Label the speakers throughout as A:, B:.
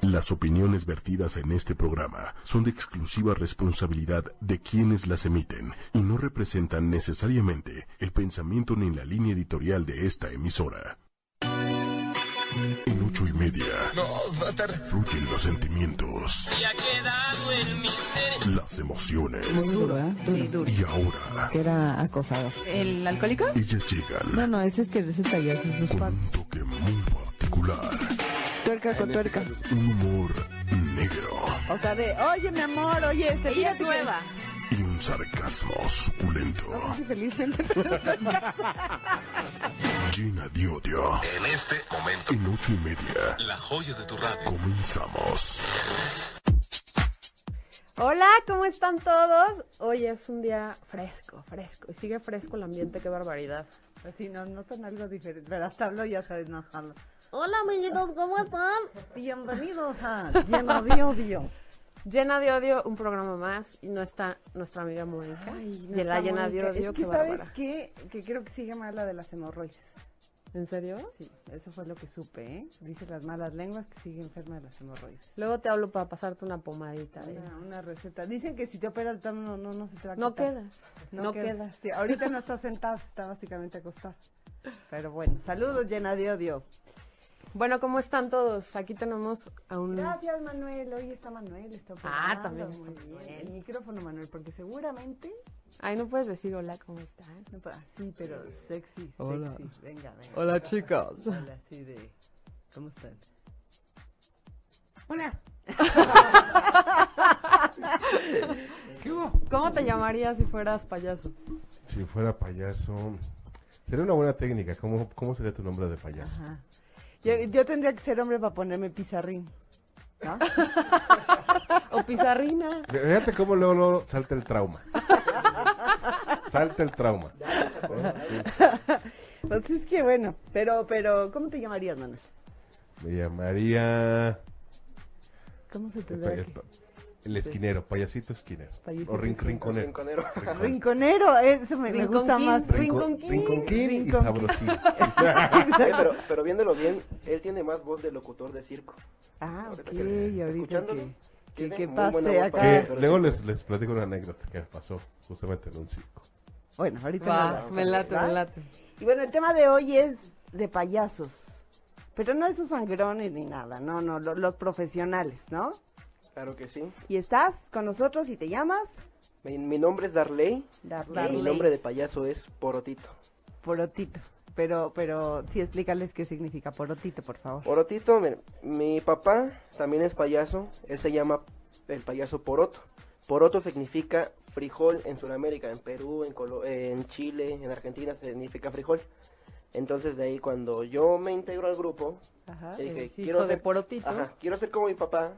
A: Las opiniones vertidas en este programa son de exclusiva responsabilidad de quienes las emiten y no representan necesariamente el pensamiento ni la línea editorial de esta emisora. En ocho y media
B: No, bastardo.
A: fluyen los sentimientos,
C: y ha quedado en mi ser.
A: las emociones.
D: Muy duro, ¿eh?
E: Sí, duro.
A: Y ahora,
D: Era acosado.
E: ¿El alcohólico?
A: ellas llegan
D: No, no, ese es que ese taller es sus
A: con
D: partes.
A: un toque muy particular,
D: Tuerca con tuerca.
A: un humor negro
D: O sea, de, oye, mi amor, oye,
E: Ella
D: este
E: es
D: fíjate que-
E: nueva.
A: y un sarcasmo
D: No
A: suculento
D: sé si felizmente, pero estoy casada.
A: llena de odio.
B: En este momento,
A: En ocho y media
B: la joya de tu radio.
A: comenzamos.
F: Hola, ¿cómo están todos? Hoy es un día fresco, fresco. Y sigue fresco el ambiente, qué barbaridad.
D: Pues sí, nos notan algo diferente. Pero hasta hablo, ya sabes, no hablo.
F: Hola, amiguitos, ¿cómo están?
D: Bienvenidos a Lleno de Odio.
F: Llena de odio, un programa más. Y no está nuestra amiga Mónica.
D: Ay, no
F: y la
D: está
F: llena de
D: Mónica.
F: odio,
D: Es que,
F: qué
D: ¿sabes
F: bárbara.
D: qué? Que creo que sigue mal la de las hemorroides.
F: ¿En serio?
D: Sí, eso fue lo que supe, ¿eh? Dice las malas lenguas que sigue enferma de las hemorroides.
F: Luego te hablo para pasarte una pomadita. ¿eh?
D: Una, una receta. Dicen que si te operas, no, no, no, no se te va a
F: No
D: quitar.
F: quedas. No quedas.
D: Sí, ahorita no está sentada, está básicamente acostada. Pero bueno, saludos llena de odio.
F: Bueno, ¿cómo están todos? Aquí tenemos a un...
D: Gracias, Manuel. Hoy está Manuel, está
F: Ah,
D: operado,
F: también está
D: muy bien.
F: Manuel.
D: El micrófono, Manuel, porque seguramente.
F: Ay, no puedes decir hola, ¿cómo están?
D: No, pa- sí, pero sexy,
G: Hola.
D: sexy. Venga, venga.
G: Hola chicos.
D: Hola, así de. ¿Cómo están?
F: ¿Cómo te llamarías si fueras payaso?
H: Si fuera payaso, sería una buena técnica. ¿Cómo, cómo sería tu nombre de payaso?
D: Ajá. Yo, yo tendría que ser hombre para ponerme pizarrín. ¿no?
F: ¿O pizarrina?
H: Fíjate cómo luego, luego salta el trauma. salta el trauma.
D: Pues es que bueno, pero, pero, ¿cómo te llamarías, Manuel?
H: Me llamaría
D: ¿Cómo se
H: el,
D: tendrá
H: paya-
D: que-
H: el esquinero, payasito esquinero.
D: Payasito
H: o rin- rinconero.
D: Ah. Rinconero, eso me, me gusta
F: Rinconquín.
D: más.
H: Rincon-
F: Rinconquín.
H: Rinconquín y
D: Rincon-
H: sabrosito.
I: Oye, pero, pero viéndolo bien, él tiene más voz de locutor de circo.
D: Ah, ok,
I: Ahorita
D: y
I: que-
D: ahorita
I: escuchándolo,
D: que, que,
I: tiene
D: que
I: muy buena
D: pase
I: voz
D: acá.
I: para-
H: Que luego les, les platico una anécdota que me pasó justamente en un circo.
D: Bueno, ahorita no
F: Va,
D: las-
F: me late,
D: ¿va?
F: me late.
D: Y bueno, el tema de hoy es de payasos. Pero no esos sangrones ni nada, no, no, lo- los profesionales, ¿no?
I: Claro que sí.
D: Y estás con nosotros y te llamas
I: Mi, mi nombre es Darley.
D: Darley.
I: y Mi nombre de payaso es Porotito.
D: Porotito. Pero, pero sí explícales qué significa porotito, por favor.
I: Porotito, mi, mi papá también es payaso. Él se llama el payaso Poroto. Poroto significa frijol en Sudamérica, en Perú, en, Colo- eh, en Chile, en Argentina significa frijol. Entonces de ahí cuando yo me integro al grupo,
D: Ajá.
I: dije,
F: Ah, eres hijo
I: quiero
F: de
I: ser,
F: Porotito".
I: ajá, quiero ser como mi papá,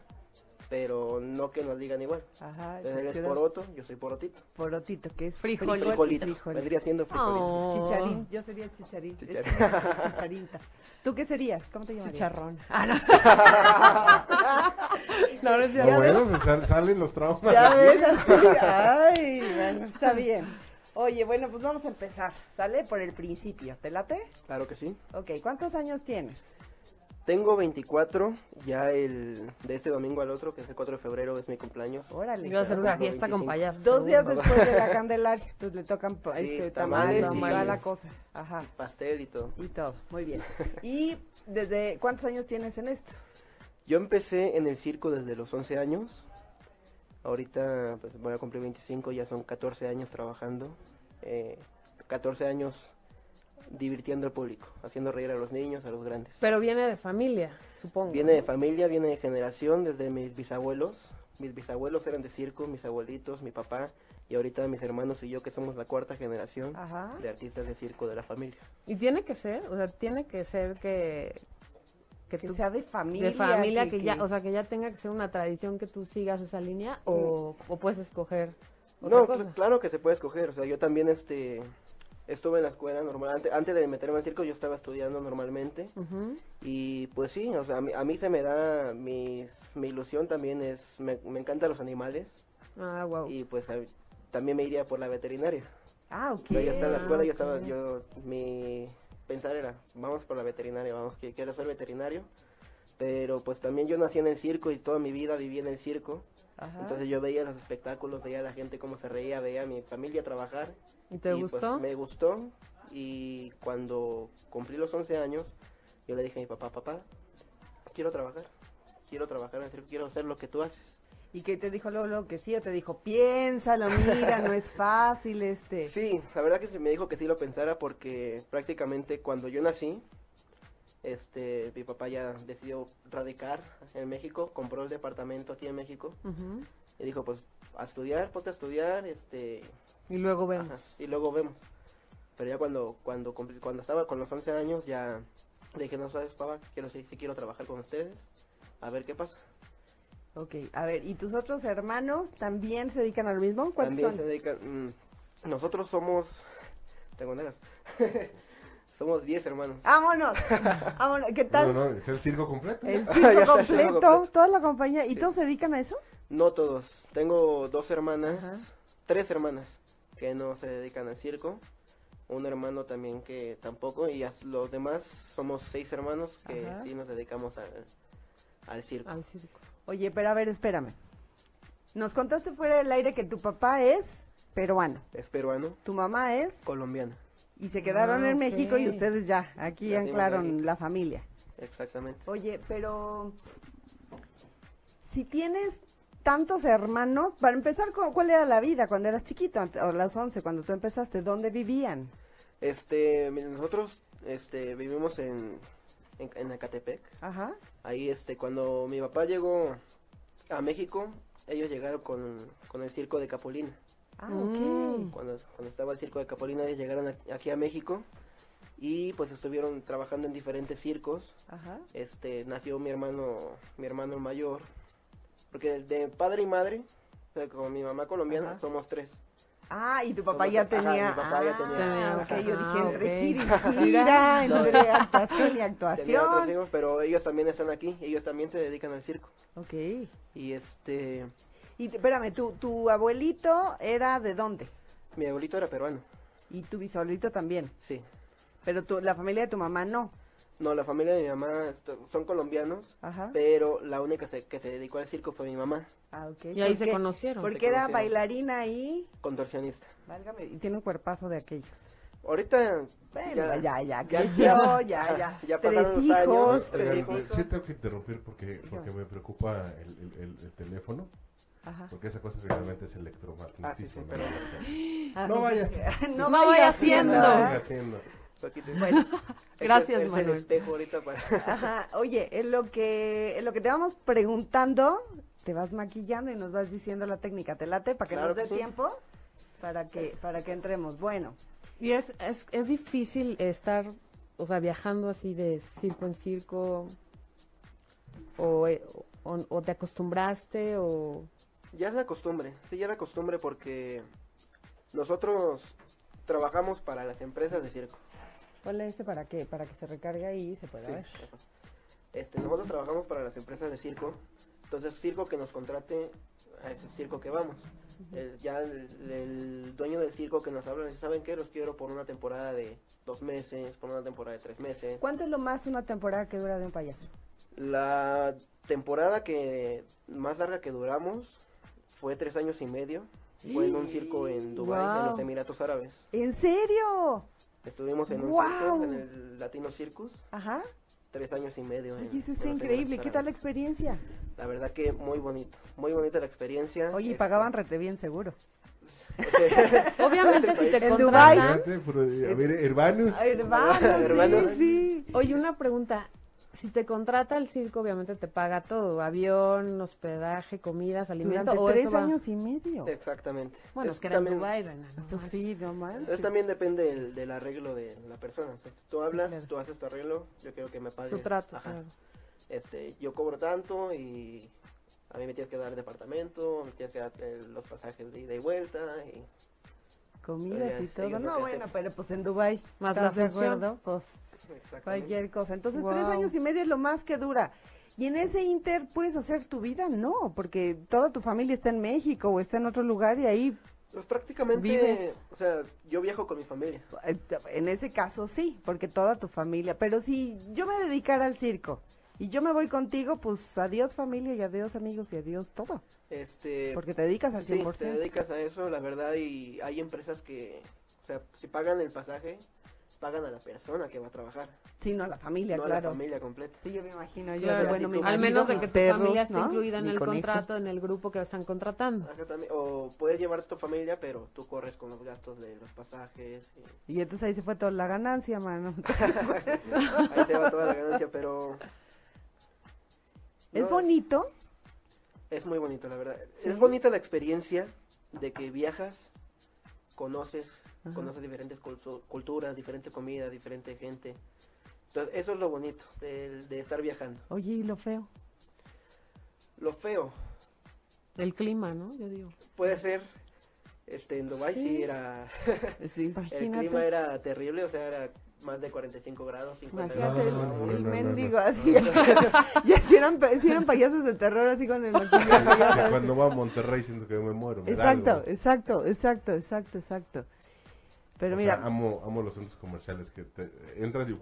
I: pero no que nos digan igual.
D: Ajá.
I: Entonces
D: se
I: él Eh, es
D: queda
I: poroto, yo soy porotito.
D: Porotito, que es
F: Frijolito.
I: Frijolito.
D: Frijolito.
I: Vendría siendo frijolito.
F: Oh,
D: Chicharín, yo sería chicharín.
I: Chicharín.
D: Es como Chicharinta. ¿Tú qué serías? ¿Cómo te llamarías?
F: Chicharrón. Ah, no. No, no es
H: Lo
F: cierto.
H: bueno, pues, sal- salen los traumas.
D: Ya ves, así, ay, bueno, está bien. Oye, bueno, pues vamos a empezar, ¿sale? Por el principio, ¿te late?
I: Claro que sí.
D: Ok, ¿cuántos años tienes?
I: Tengo 24, ya el de este domingo al otro, que es el 4 de febrero, es mi cumpleaños.
D: Órale.
F: Iba a hacer una
I: Cumple
F: fiesta con
I: 25.
F: payasos.
D: Dos días
I: Seguro.
D: después de la Candelaria, entonces le tocan po-
I: Sí,
D: este, tamales,
I: tamales
D: y
F: y-
D: toda la cosa. Ajá,
I: Pastel y todo.
D: y todo, muy bien. ¿Y desde cuántos años tienes en esto?
I: Yo empecé en el circo desde los 11 años. Ahorita pues, voy a cumplir 25, ya son 14 años trabajando. Eh, 14 años divirtiendo al público, haciendo reír a los niños, a los grandes.
F: Pero viene de familia, supongo.
I: Viene de familia, viene de generación, desde mis bisabuelos. Mis bisabuelos eran de circo, mis abuelitos, mi papá y ahorita mis hermanos y yo que somos la cuarta generación
D: Ajá.
I: de artistas de circo de la familia.
F: Y tiene que ser, o sea, tiene que ser que... Que,
D: Que
F: tú-
D: sea de familia.
F: de familia, que, ya, o sea, que ya tenga que ser una tradición que tú sigas esa línea o, o puedes escoger otra
I: No,
F: cosa.
I: cl- claro que se puede escoger, o sea, yo también este estuve en la escuela normal, ante- antes, de meterme al circo yo estaba estudiando normalmente
F: Ujú.
I: y pues sí, o sea, a mí, a mí se me da, mis, mi ilusión también es, me, me encantan los animales
F: Ah, wow.
I: y pues a- también me iría por la veterinaria.
D: Ah, ok.
I: Yo ya estaba en la escuela, ya estaba,
F: ok.
I: yo, mi pensar era, vamos por la veterinaria, vamos, que quiero ser veterinario. Pero pues también yo nací en el circo y toda mi vida viví en el circo.
F: Ah.
D: Ajá.
I: Entonces yo veía los espectáculos, veía a la gente cómo se reía, veía a mi familia trabajar.
F: ¿Y te
I: Y, pues,
F: gustó?
I: me gustó y cuando cumplí los 11 años, yo le dije a mi papá, papá, quiero trabajar, quiero trabajar en el circo, quiero hacer lo que tú haces.
D: ¿Y que te dijo luego, luego que sí? ¿O te dijo, piénsalo, mira, no es fácil este?
I: Sí, la verdad que sí me dijo que sí lo pensara porque prácticamente cuando yo nací, este, mi papá ya decidió radicar en México, compró el departamento aquí en México
F: Ujú.
I: y dijo, pues a estudiar, ponte a estudiar, este,
F: Y luego
I: Ajá,
F: vemos.
I: y luego vemos. Pero ya cuando cuando cumplí- cuando estaba con los 11 años ya le dije, no sabes, papá, quiero sí, sí quiero trabajar con ustedes. A ver qué pasa.
D: Ok, a ver, ¿y tus otros hermanos también se dedican a lo mismo? ¿Cuántos
I: También se
D: son?
I: dedican mm, nosotros somos tengo nervios. somos 10 hermanos.
D: ¡Vámonos! Ah, ¡Vámonos! Ah, ¿Qué tal?
H: No, no, es el circo completo.
D: El
I: Ya
D: circo
I: está, el circo
D: completo,
I: completo.
D: toda la compañía. ¿Y
I: Sí.
D: todos se dedican a eso?
I: No todos. Tengo dos hermanas,
D: Ajá.
I: tres hermanas que no se dedican al circo. Un hermano también que tampoco. Y as- los demás somos seis hermanos que
D: Ajá. Ah.
I: sí nos dedicamos al, al circo.
F: Al circo.
D: Oye, pero a ver, espérame. Nos contaste fuera del aire que tu papá es peruano,
I: Es peruano,
D: tu mamá es,
I: colombiana.
D: y se quedaron
F: Ah,
D: en
F: ok.
D: México y ustedes ya, aquí
I: Ya se
D: anclaron
I: iban
D: la familia.
I: Exactamente.
D: Oye, pero si tienes tantos hermanos, para empezar, ¿cu- ¿cuál era la vida cuando eras chiquito, ante- o las 11, cuando tú empezaste? ¿Dónde vivían?
I: Este, mira, nosotros este, vivimos en, en, en Acatepec.
D: Ajá.
I: Ahí, este, cuando mi papá llegó a México, ellos llegaron con, con el circo de Capulina.
D: Ah, ok.
I: Cuando, cuando estaba el circo de Capulina, ellos llegaron a- aquí a México y pues estuvieron trabajando en diferentes circos.
D: Ajá.
I: Este, nació mi hermano, mi hermano el mayor. Porque de padre y madre, o sea, con mi mamá colombiana,
D: Ajá.
I: somos tres.
D: Ah, y tu papá
I: Somos-
D: ya
I: ajá, mi
D: tenía.
I: papá ya tenía-
D: Ah, ok, yo
F: Ajá,
D: dije entre
F: ok.
D: gira y gira,
I: No.
D: entre actuación y
I: Tenía otros
D: actuación.
I: hijos, pero ellos también están aquí, ellos también se dedican al circo.
D: Ok. Y
I: Y este,
D: te- espérame, tu, tu abuelito era de dónde?
I: mi abuelito era peruano,
D: Y tu bisabuelito también.
I: sí.
D: Pero tu, la familia de tu mamá no.
I: No, la familia de mi mamá esto- son colombianos,
D: Ajá.
I: pero la única se- que se dedicó al circo fue mi mamá,
D: Ah, ok.
F: Y ahí
D: ¿Por
F: se
D: qué?
F: conocieron.
D: Porque
I: Se
D: era
I: conocieron.
D: bailarina ahí.
I: contorsionista.
D: Válgame, y tiene un cuerpazo de aquellos.
I: Ahorita
D: Bueno, ya, ya,
I: ya,
D: creció, ya, ya.
I: ya
D: Tres
I: pasaron los
D: hijos, tres
I: años, tres
H: Oigan, eh,
I: hijos.
H: sí tengo que interrumpir porque, porque me preocupa el, el- el- el teléfono,
D: Ajá.
H: porque esa cosa finalmente es electromagnetismo.
I: Ah, sí, sí,
H: ¿no?
I: pero-
D: Ah,
H: No vayas.
D: no
F: No
D: vaya
F: vaya
D: haciendo.
F: haciendo.
D: ¿verdad?
H: No, siga haciendo.
I: Aquí te-
D: Bueno.
I: es que
F: Gracias,
I: es el
F: Manuel.
I: espejo ahorita para...
D: Ajá, oye, en lo que en lo que te vamos preguntando, te vas maquillando y nos vas diciendo la técnica. ¿Te late para que
I: Claro
D: nos
I: que
D: dé
I: sí.
D: tiempo? Para que para que entremos. Bueno,
F: Y es, es, es difícil estar, o sea, viajando así de circo en circo. O, eh, o, o te acostumbraste, o.
I: Ya es la costumbre, sí, ya es la costumbre porque nosotros trabajamos para las empresas de circo.
D: ponle este para que para que se recargue ahí y se pueda
I: Sí.
D: ver.
I: Este, nosotros trabajamos para las empresas de circo, entonces circo que nos contrate a ese circo que vamos. El- ya el, el dueño del circo que nos habla dice, ¿saben qué? Los quiero por una temporada de dos meses, por una temporada de tres meses.
D: ¿Cuánto es lo más una temporada que dura de un payaso?
I: La temporada que más larga que duramos fue tres años y medio. Fue en un circo en Dubái, en los
F: Wow.
I: Emiratos Árabes.
D: ¿En serio?
I: Estuvimos en un
D: Wow.
I: circo, en el Latino Circus,
D: Ajá.
I: tres años y medio. en-
D: Oye, eso
I: en
D: está
I: los
D: increíble.
I: Emiratos
D: ¿Qué tal la
I: Árabes.
D: experiencia?
I: La verdad que muy bonito, muy bonita la experiencia.
D: Oye, y
I: Este,
D: pagaban rete bien seguro.
F: Obviamente, si te
D: En Dubái.
F: contratan.
H: Espérate, pero, eh, A ver, hermanos.
D: Hermano,
I: Hermanos.
D: sí, sí.
F: Oye, una pregunta. Si te contrata el circo, obviamente te paga todo: avión, hospedaje, comidas, alimento.
D: Durante
F: o
D: tres
F: eso va-
D: años y medio.
I: Exactamente.
F: Bueno,
I: Es
F: es que era en
I: también-
F: Dubái, Reina, ¿no?
D: Pues sí, no
I: Es
D: manches.
I: también depende del, del arreglo de la persona. O sea, tú hablas,
D: Claro.
I: tú haces tu arreglo, yo quiero que me pague.
F: Su trato,
I: Ajá.
F: claro.
I: Este, yo cobro tanto y a mí me tienes que dar departamento, me tienes que dar eh, los pasajes de ida y vuelta y
D: Comidas y
I: Oye,
D: todo.
I: ellos
D: No,
I: lo que
D: bueno,
I: hacen.
D: pero pues en Dubai
F: Más
D: ¿Estás
F: la
D: de
F: función.
D: acuerdo? Pues
I: exactamente.
D: cualquier cosa. Entonces, tres
F: Wow.
D: años y medio es lo más que dura. Y en ese inter puedes hacer tu vida, no, porque toda tu familia está en México o está en otro lugar y ahí,
I: Pues prácticamente,
F: Vives.
I: o sea, yo viajo con mi familia.
D: eh, en ese caso sí, porque toda tu familia. Pero si yo me dedicara al circo y yo me voy contigo, pues adiós familia y adiós amigos y adiós todo.
I: Este,
D: Porque te dedicas al
I: sí,
D: 100%.
I: te dedicas a eso, la verdad, y hay empresas que, o sea, si pagan el pasaje, pagan a la persona que va a trabajar,
D: Sí, no, a la familia,
I: no a la
D: familia.
I: familia completa.
D: Sí, yo me imagino. Yo,
F: Claro,
D: bueno, mi
I: sí,
F: al
D: marido,
F: menos de
D: mis
F: que tu
D: perros,
F: familia esté
D: ¿no?
F: incluida en
D: Mi
F: el
D: conejo.
F: contrato, en el grupo que están contratando.
I: Ajá, también, o puedes llevar a tu familia, pero tú corres con los gastos de los pasajes. y-
D: Y entonces ahí se fue toda la ganancia, mano.
I: Ahí se va toda la ganancia, pero. No,
D: es bonito.
I: Es muy bonito, la verdad. Es bonita la experiencia de que viajas, conoces,
D: Ajá.
I: conoces diferentes cultu- culturas, diferente comida, diferente gente. Entonces, eso es lo bonito del- de, estar viajando.
D: Oye, y lo feo.
I: Lo feo
F: El clima, ¿no? Yo digo.
I: puede ser. Este, en Dubái sí,
D: Sí.
I: era.
D: Sí,
I: El clima
D: imagínate.
I: era terrible, o sea, era más de 45 grados, 50
D: Imagínate el,
I: grados.
A: No, no,
D: el
A: no, no,
D: mendigo así. ya si eran, pa- si eran payasos de terror así con el maquillaje, ya
A: Que
D: sabes.
A: cuando va a Monterrey siento que me muero. me da
D: Exacto,
A: algo.
D: exacto, exacto, exacto, exacto. Pero
A: O
D: mira,
A: sea, amo, amo los centros comerciales que te entras y.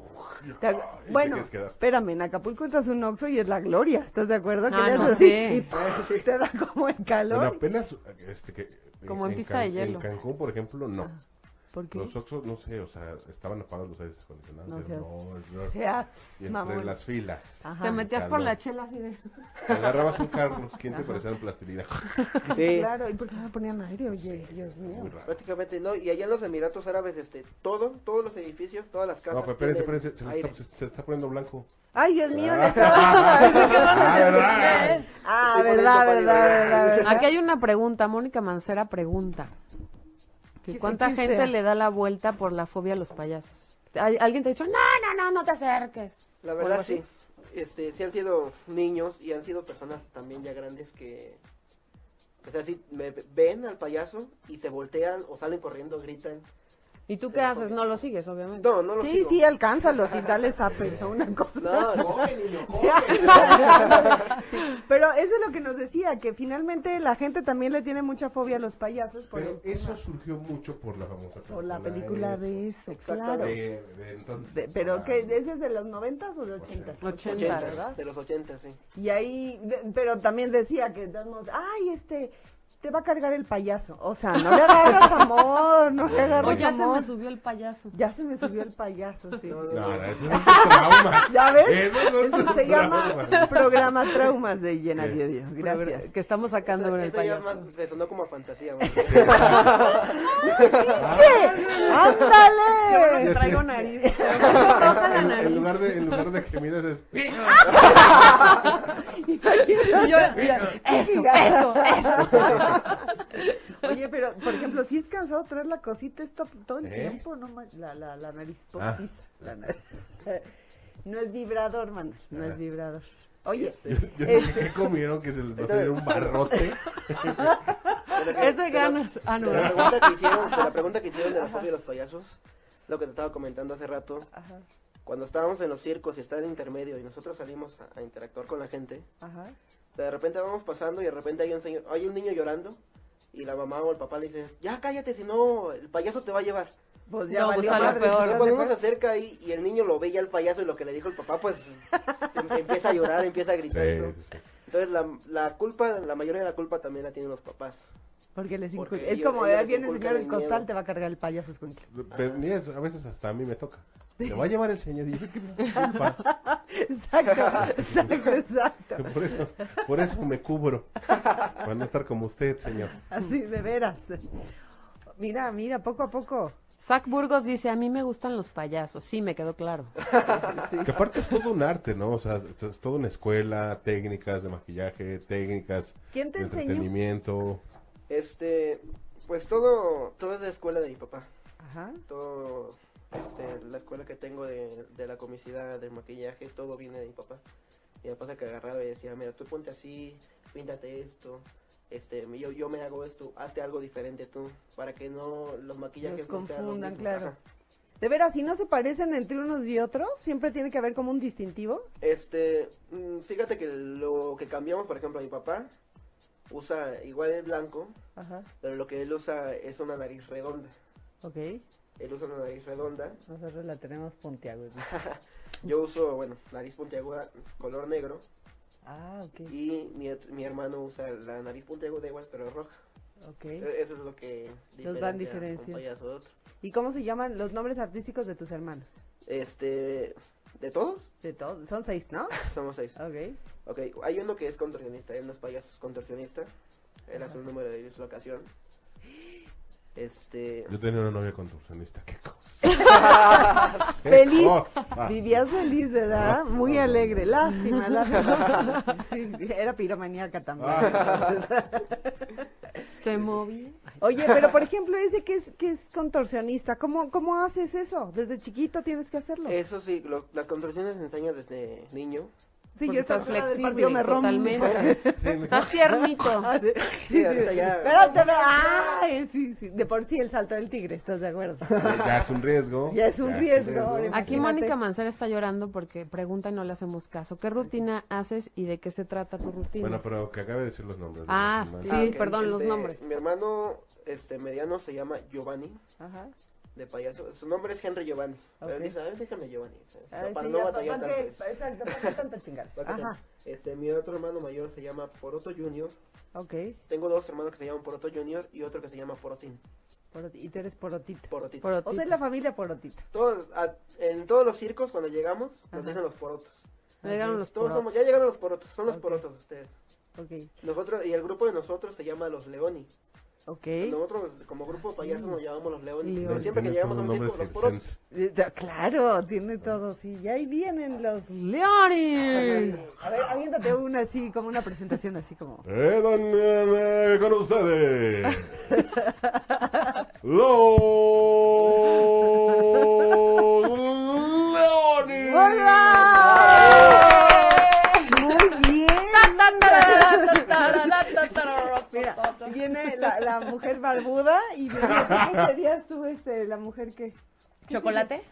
A: y
D: te-
A: te
D: bueno,
A: quieres quedar.
D: espérame, en Acapulco entras a un Oxxo y es la gloria, ¿estás de acuerdo?
F: Ah,
D: le
F: no,
D: haces así
F: sí.
D: y ¡pum! te da como el calor.
A: Bueno, apenas. Este, que,
F: Como en pista de hielo.
A: En Cancún, por ejemplo, no.
D: Ah, ¿Por qué?
A: Los Oxxos, no sé, o sea, estaban apagados los aires acondicionados.
D: No
A: No,
D: seas-
A: no.
D: Seas
A: Y entre
D: mamón.
A: las filas.
D: Ajá.
F: Te metías por
A: calor.
F: la chela así de...
A: Te Agarrabas un Carlos, ¿quién te parecía en plastilina?
I: Sí.
D: Claro, ¿y por qué no ponían aire? Oye, Dios mío.
A: Muy raro.
I: Prácticamente no, y allá en los Emiratos Árabes, este, todo, todos los edificios, todas las casas.
A: No, pero espérense,
I: tienen
A: espérense, se, le
I: aire.
A: está, se- se está poniendo blanco.
D: Ay, Dios mío, le estaba-
A: Ah, ¿verdad?
D: Ah,
I: Estoy
D: verdad,
I: poniendo
D: verdad,
I: pálido.
D: verdad,
A: Ah,
D: verdad.
F: Aquí hay una pregunta, Mónica Mancera pregunta. que
D: Sí,
F: ¿Cuánta
D: sí, quién
F: gente
D: sea.
F: le da la vuelta por la fobia a los payasos? ¿Al- ¿Alguien te ha dicho, no, no, no, no te acerques?
I: La
F: ¿O
I: verdad
F: algo así?
I: sí. Este, sí han sido niños y han sido personas también ya grandes que o sea, sí me ven al payaso y se voltean o salen corriendo, gritan.
F: ¿Y tú
I: De
F: qué
I: la
F: haces?
I: fobia.
F: No lo sigues, obviamente.
I: No, no lo
D: Sí,
I: sigo.
D: sí, alcánzalos y dale zapes o una cosa.
I: No, no.
D: Pero eso es lo que nos decía, que finalmente la gente también le tiene mucha fobia a los payasos por,
A: Pero
D: el-
A: eso surgió mucho por la famosa película.
D: por la película de eso, claro.
I: Exactamente.
A: De, de entonces.
D: De- pero
A: Ah,
D: que ¿es desde los noventas o los ochentas?
F: Ochentas.
D: Ochentas,
I: 80,
D: ¿verdad?
I: de los 80, sí.
D: Y ahí, de- pero también decía que, de todos modos, ay, este, te va a cargar el payaso. O sea, no le agarras amor, no le
F: O
D: agarras
F: ya se
D: amor.
F: me subió el payaso.
D: ya se me subió el payaso, sí.
I: No, no,
A: No,
I: no.
A: no, esos son tus traumas.
D: ¿Ya ves?
A: Esos son
D: Eso
A: tus
D: se llama
A: traumas.
D: programa Traumas de Llena
A: Sí.
D: Diodio. Gracias.
F: Que estamos sacando con
I: Esa,
F: el
I: esa ya
F: payaso.
I: más- me sonó como a fantasía. güey.
D: ¡Che!
F: Ah, Qué bueno que
D: ¡Ándale!
A: Ya
F: traigo
A: sé.
F: nariz. Roja la
A: En, en
F: nariz.
A: lugar de, en lugar de gemidas es.
F: Y yo- mira, eso, eso, eso.
D: Oye, pero, por ejemplo, si es cansado traer la cosita esto todo el
A: ¿Eh?
D: tiempo, no ma- la, la, la nariz
A: Ah.
D: postiza. La nariz. No es vibrador, Manuel, no es
A: Ah. Este.
D: vibrador. Oye,
A: Yo, yo
D: eh,
A: dije, ¿qué comieron? Que se les va a salir un barrote.
I: De la que-
F: Es de
I: la-
F: ganas. Ah, no.
I: de la pregunta que hicieron, de la pregunta que hicieron de la fobia de los payasos, lo que te estaba comentando hace rato,
D: Ajá,
I: cuando estábamos en los circos y está el intermedio y nosotros salimos a- a interactuar con la gente,
D: ajá.
I: O sea, de repente vamos pasando y de repente hay un señor, hay un niño llorando y la mamá o el papá le dice, ya cállate, si no, el payaso te va a llevar.
D: Pues ya
F: No,
D: valió
F: pues a lo
D: madre,
F: peor.
D: ¿estás
I: Entonces,
D: de
I: cuando uno se
D: acuerdo?
I: acerca ahí y el niño lo ve ya al payaso y lo que le dijo el papá, pues em- empieza a llorar, empieza a gritar. y todo.
A: Sí, sí, sí.
I: Entonces la, la culpa, la mayoría de la culpa también la tienen los papás.
D: Porque les
I: Porque
D: inculca. Es
I: ellos-
D: como,
I: ellos
D: ahí
I: les
D: viene el
I: inculcan
D: señor el
I: el
D: costal,
I: miedo.
D: te va a cargar el payaso, escuincle.
A: Pero ni eso, a veces hasta a mí me toca. Te va a llevar el señor y yo, ¿qué me da culpa?
D: Exacto, exacto, exacto.
A: Por eso, por eso me cubro. Para no estar como usted, señor.
D: Así, de veras. Mira, mira, poco a poco.
F: Zach Burgos dice, a mí me gustan los payasos. Sí, me quedó claro.
D: Sí.
A: Que aparte es todo un arte, ¿no? O sea, es toda una escuela, técnicas de maquillaje, técnicas
D: ¿Quién te
A: de
D: enseñó?
A: entretenimiento.
I: Este, pues todo, todo es de escuela de mi papá.
D: Ajá.
I: Todo, este, la escuela que tengo de, de la comicidad, del maquillaje, todo viene de mi papá. Y mi papá que agarraba y decía, mira, tú ponte así, píntate esto, este, yo, yo me hago esto, hazte algo diferente tú, para que no los maquillajes
D: Los
I: no sean lo
D: confundan,
I: mismo".
D: claro.
I: Ajá.
D: De veras, si no se parecen entre unos y otros, siempre tiene que haber como un distintivo.
I: Este, mm, fíjate que lo que cambiamos, por ejemplo, mi papá usa igual el blanco,
D: Ajá.
I: pero lo que él usa es una nariz redonda.
D: Ok.
I: Él usa una nariz redonda
D: Nosotros la tenemos puntiaguda.
I: Yo uso, bueno, nariz puntiaguda color negro
E: Ah, ok,
I: y mi, ot- mi hermano usa la nariz puntiaguda igual pero roja.
E: ok.
I: E- Eso es lo que
E: Los van
I: diferencia un
E: diferenciando.
I: payaso de otro.
D: ¿Y cómo se llaman los nombres artísticos de tus hermanos?
I: Este, ¿de todos?
D: De todos. Son seis, ¿no?
I: Somos seis.
D: Ok.
I: Ok, hay uno que es contorsionista, hay unos payasos contorsionistas. Él hace un número de dislocación. Este,
H: Yo tenía una novia contorsionista, qué cosa. ¡Qué
D: Feliz.
A: Ah.
H: cosa!
D: Vivías feliz, ¿verdad? Muy
H: Ah.
D: alegre. Lástima, lástima. Sí, era piromaníaca también.
F: Se movía.
D: Oye, pero por ejemplo, ese que es, que es contorsionista, ¿cómo, ¿cómo haces eso? Desde chiquito tienes que hacerlo.
I: eso sí, lo- las contorsiones se enseñan desde niño.
D: sí,
F: Porque
D: yo estaba
F: estás
D: fuera del
F: flexible,
D: partido, me rompo.
F: totalmente. Estás tiernito.
I: Sí, ahorita ya-
D: Espérate, ve- ay, sí, sí. De por sí el salto del tigre, ¿estás de acuerdo?
H: Ya es un riesgo.
D: Ya es un riesgo, ahora
F: Aquí
D: Imagínate.
F: Mónica Manzana está llorando porque pregunta y no le hacemos caso. ¿Qué rutina haces y de qué se trata tu rutina?
H: Bueno, pero que acabe de decir los nombres.
F: Ah,
H: ¿no?
F: sí,
I: Ah, ok.
F: perdón, los
I: Este,
F: nombres.
I: Mi hermano este mediano se llama Giovanni,
D: Ajá.
I: de payaso. Su nombre es Henry Giovanni. Pero
D: Ok.
I: dice, a ver, déjame Giovanni. o sea,
D: Ay,
I: para
D: Ah, sí,
I: no
D: ya,
I: batallar
D: pa-
I: tanto.
D: ponte- pa- Exacto, ponte tanta chingada.
I: Para que
D: Ajá,
I: sea- Este, mi otro hermano mayor se llama Poroto Junior.
D: ok.
I: Tengo dos hermanos que se llaman Poroto Junior y otro que se llama Porotín.
D: Poroti- y tú eres porotita.
I: Porotito.
F: Porotito.
D: O sea, es la familia porotita.
I: Todos, a- en todos los circos, cuando llegamos, nos dicen los porotos.
F: Me llegaron los
I: Todos
F: poros.
I: somos, ya llegaron los porotos, son los
D: Ok.
I: porotos ustedes.
D: Ok,
I: Nosotros, y el grupo de nosotros se llama Los Leoni.
D: ok.
I: Nosotros, como grupo de payasos, nos llamamos Los Leoni.
F: Leoni.
I: Pero siempre que
H: Tiene
I: llegamos a
H: todo
I: un
H: nombre
I: circo, los porotos.
H: circense.
D: Eh, da- Claro, tiene todo, sí. Y ahí vienen los...
F: ¡Leoni!
D: A ver, aviéntate una así, como una presentación así como...
H: Eh, don, eh, eh, con ustedes. Los Leones.
D: Muy bien. Mira,
F: Mira.
D: viene la, la mujer barbuda y viene... ¿Cómo serías tú, este, la mujer que...?
F: ¿Chocolate?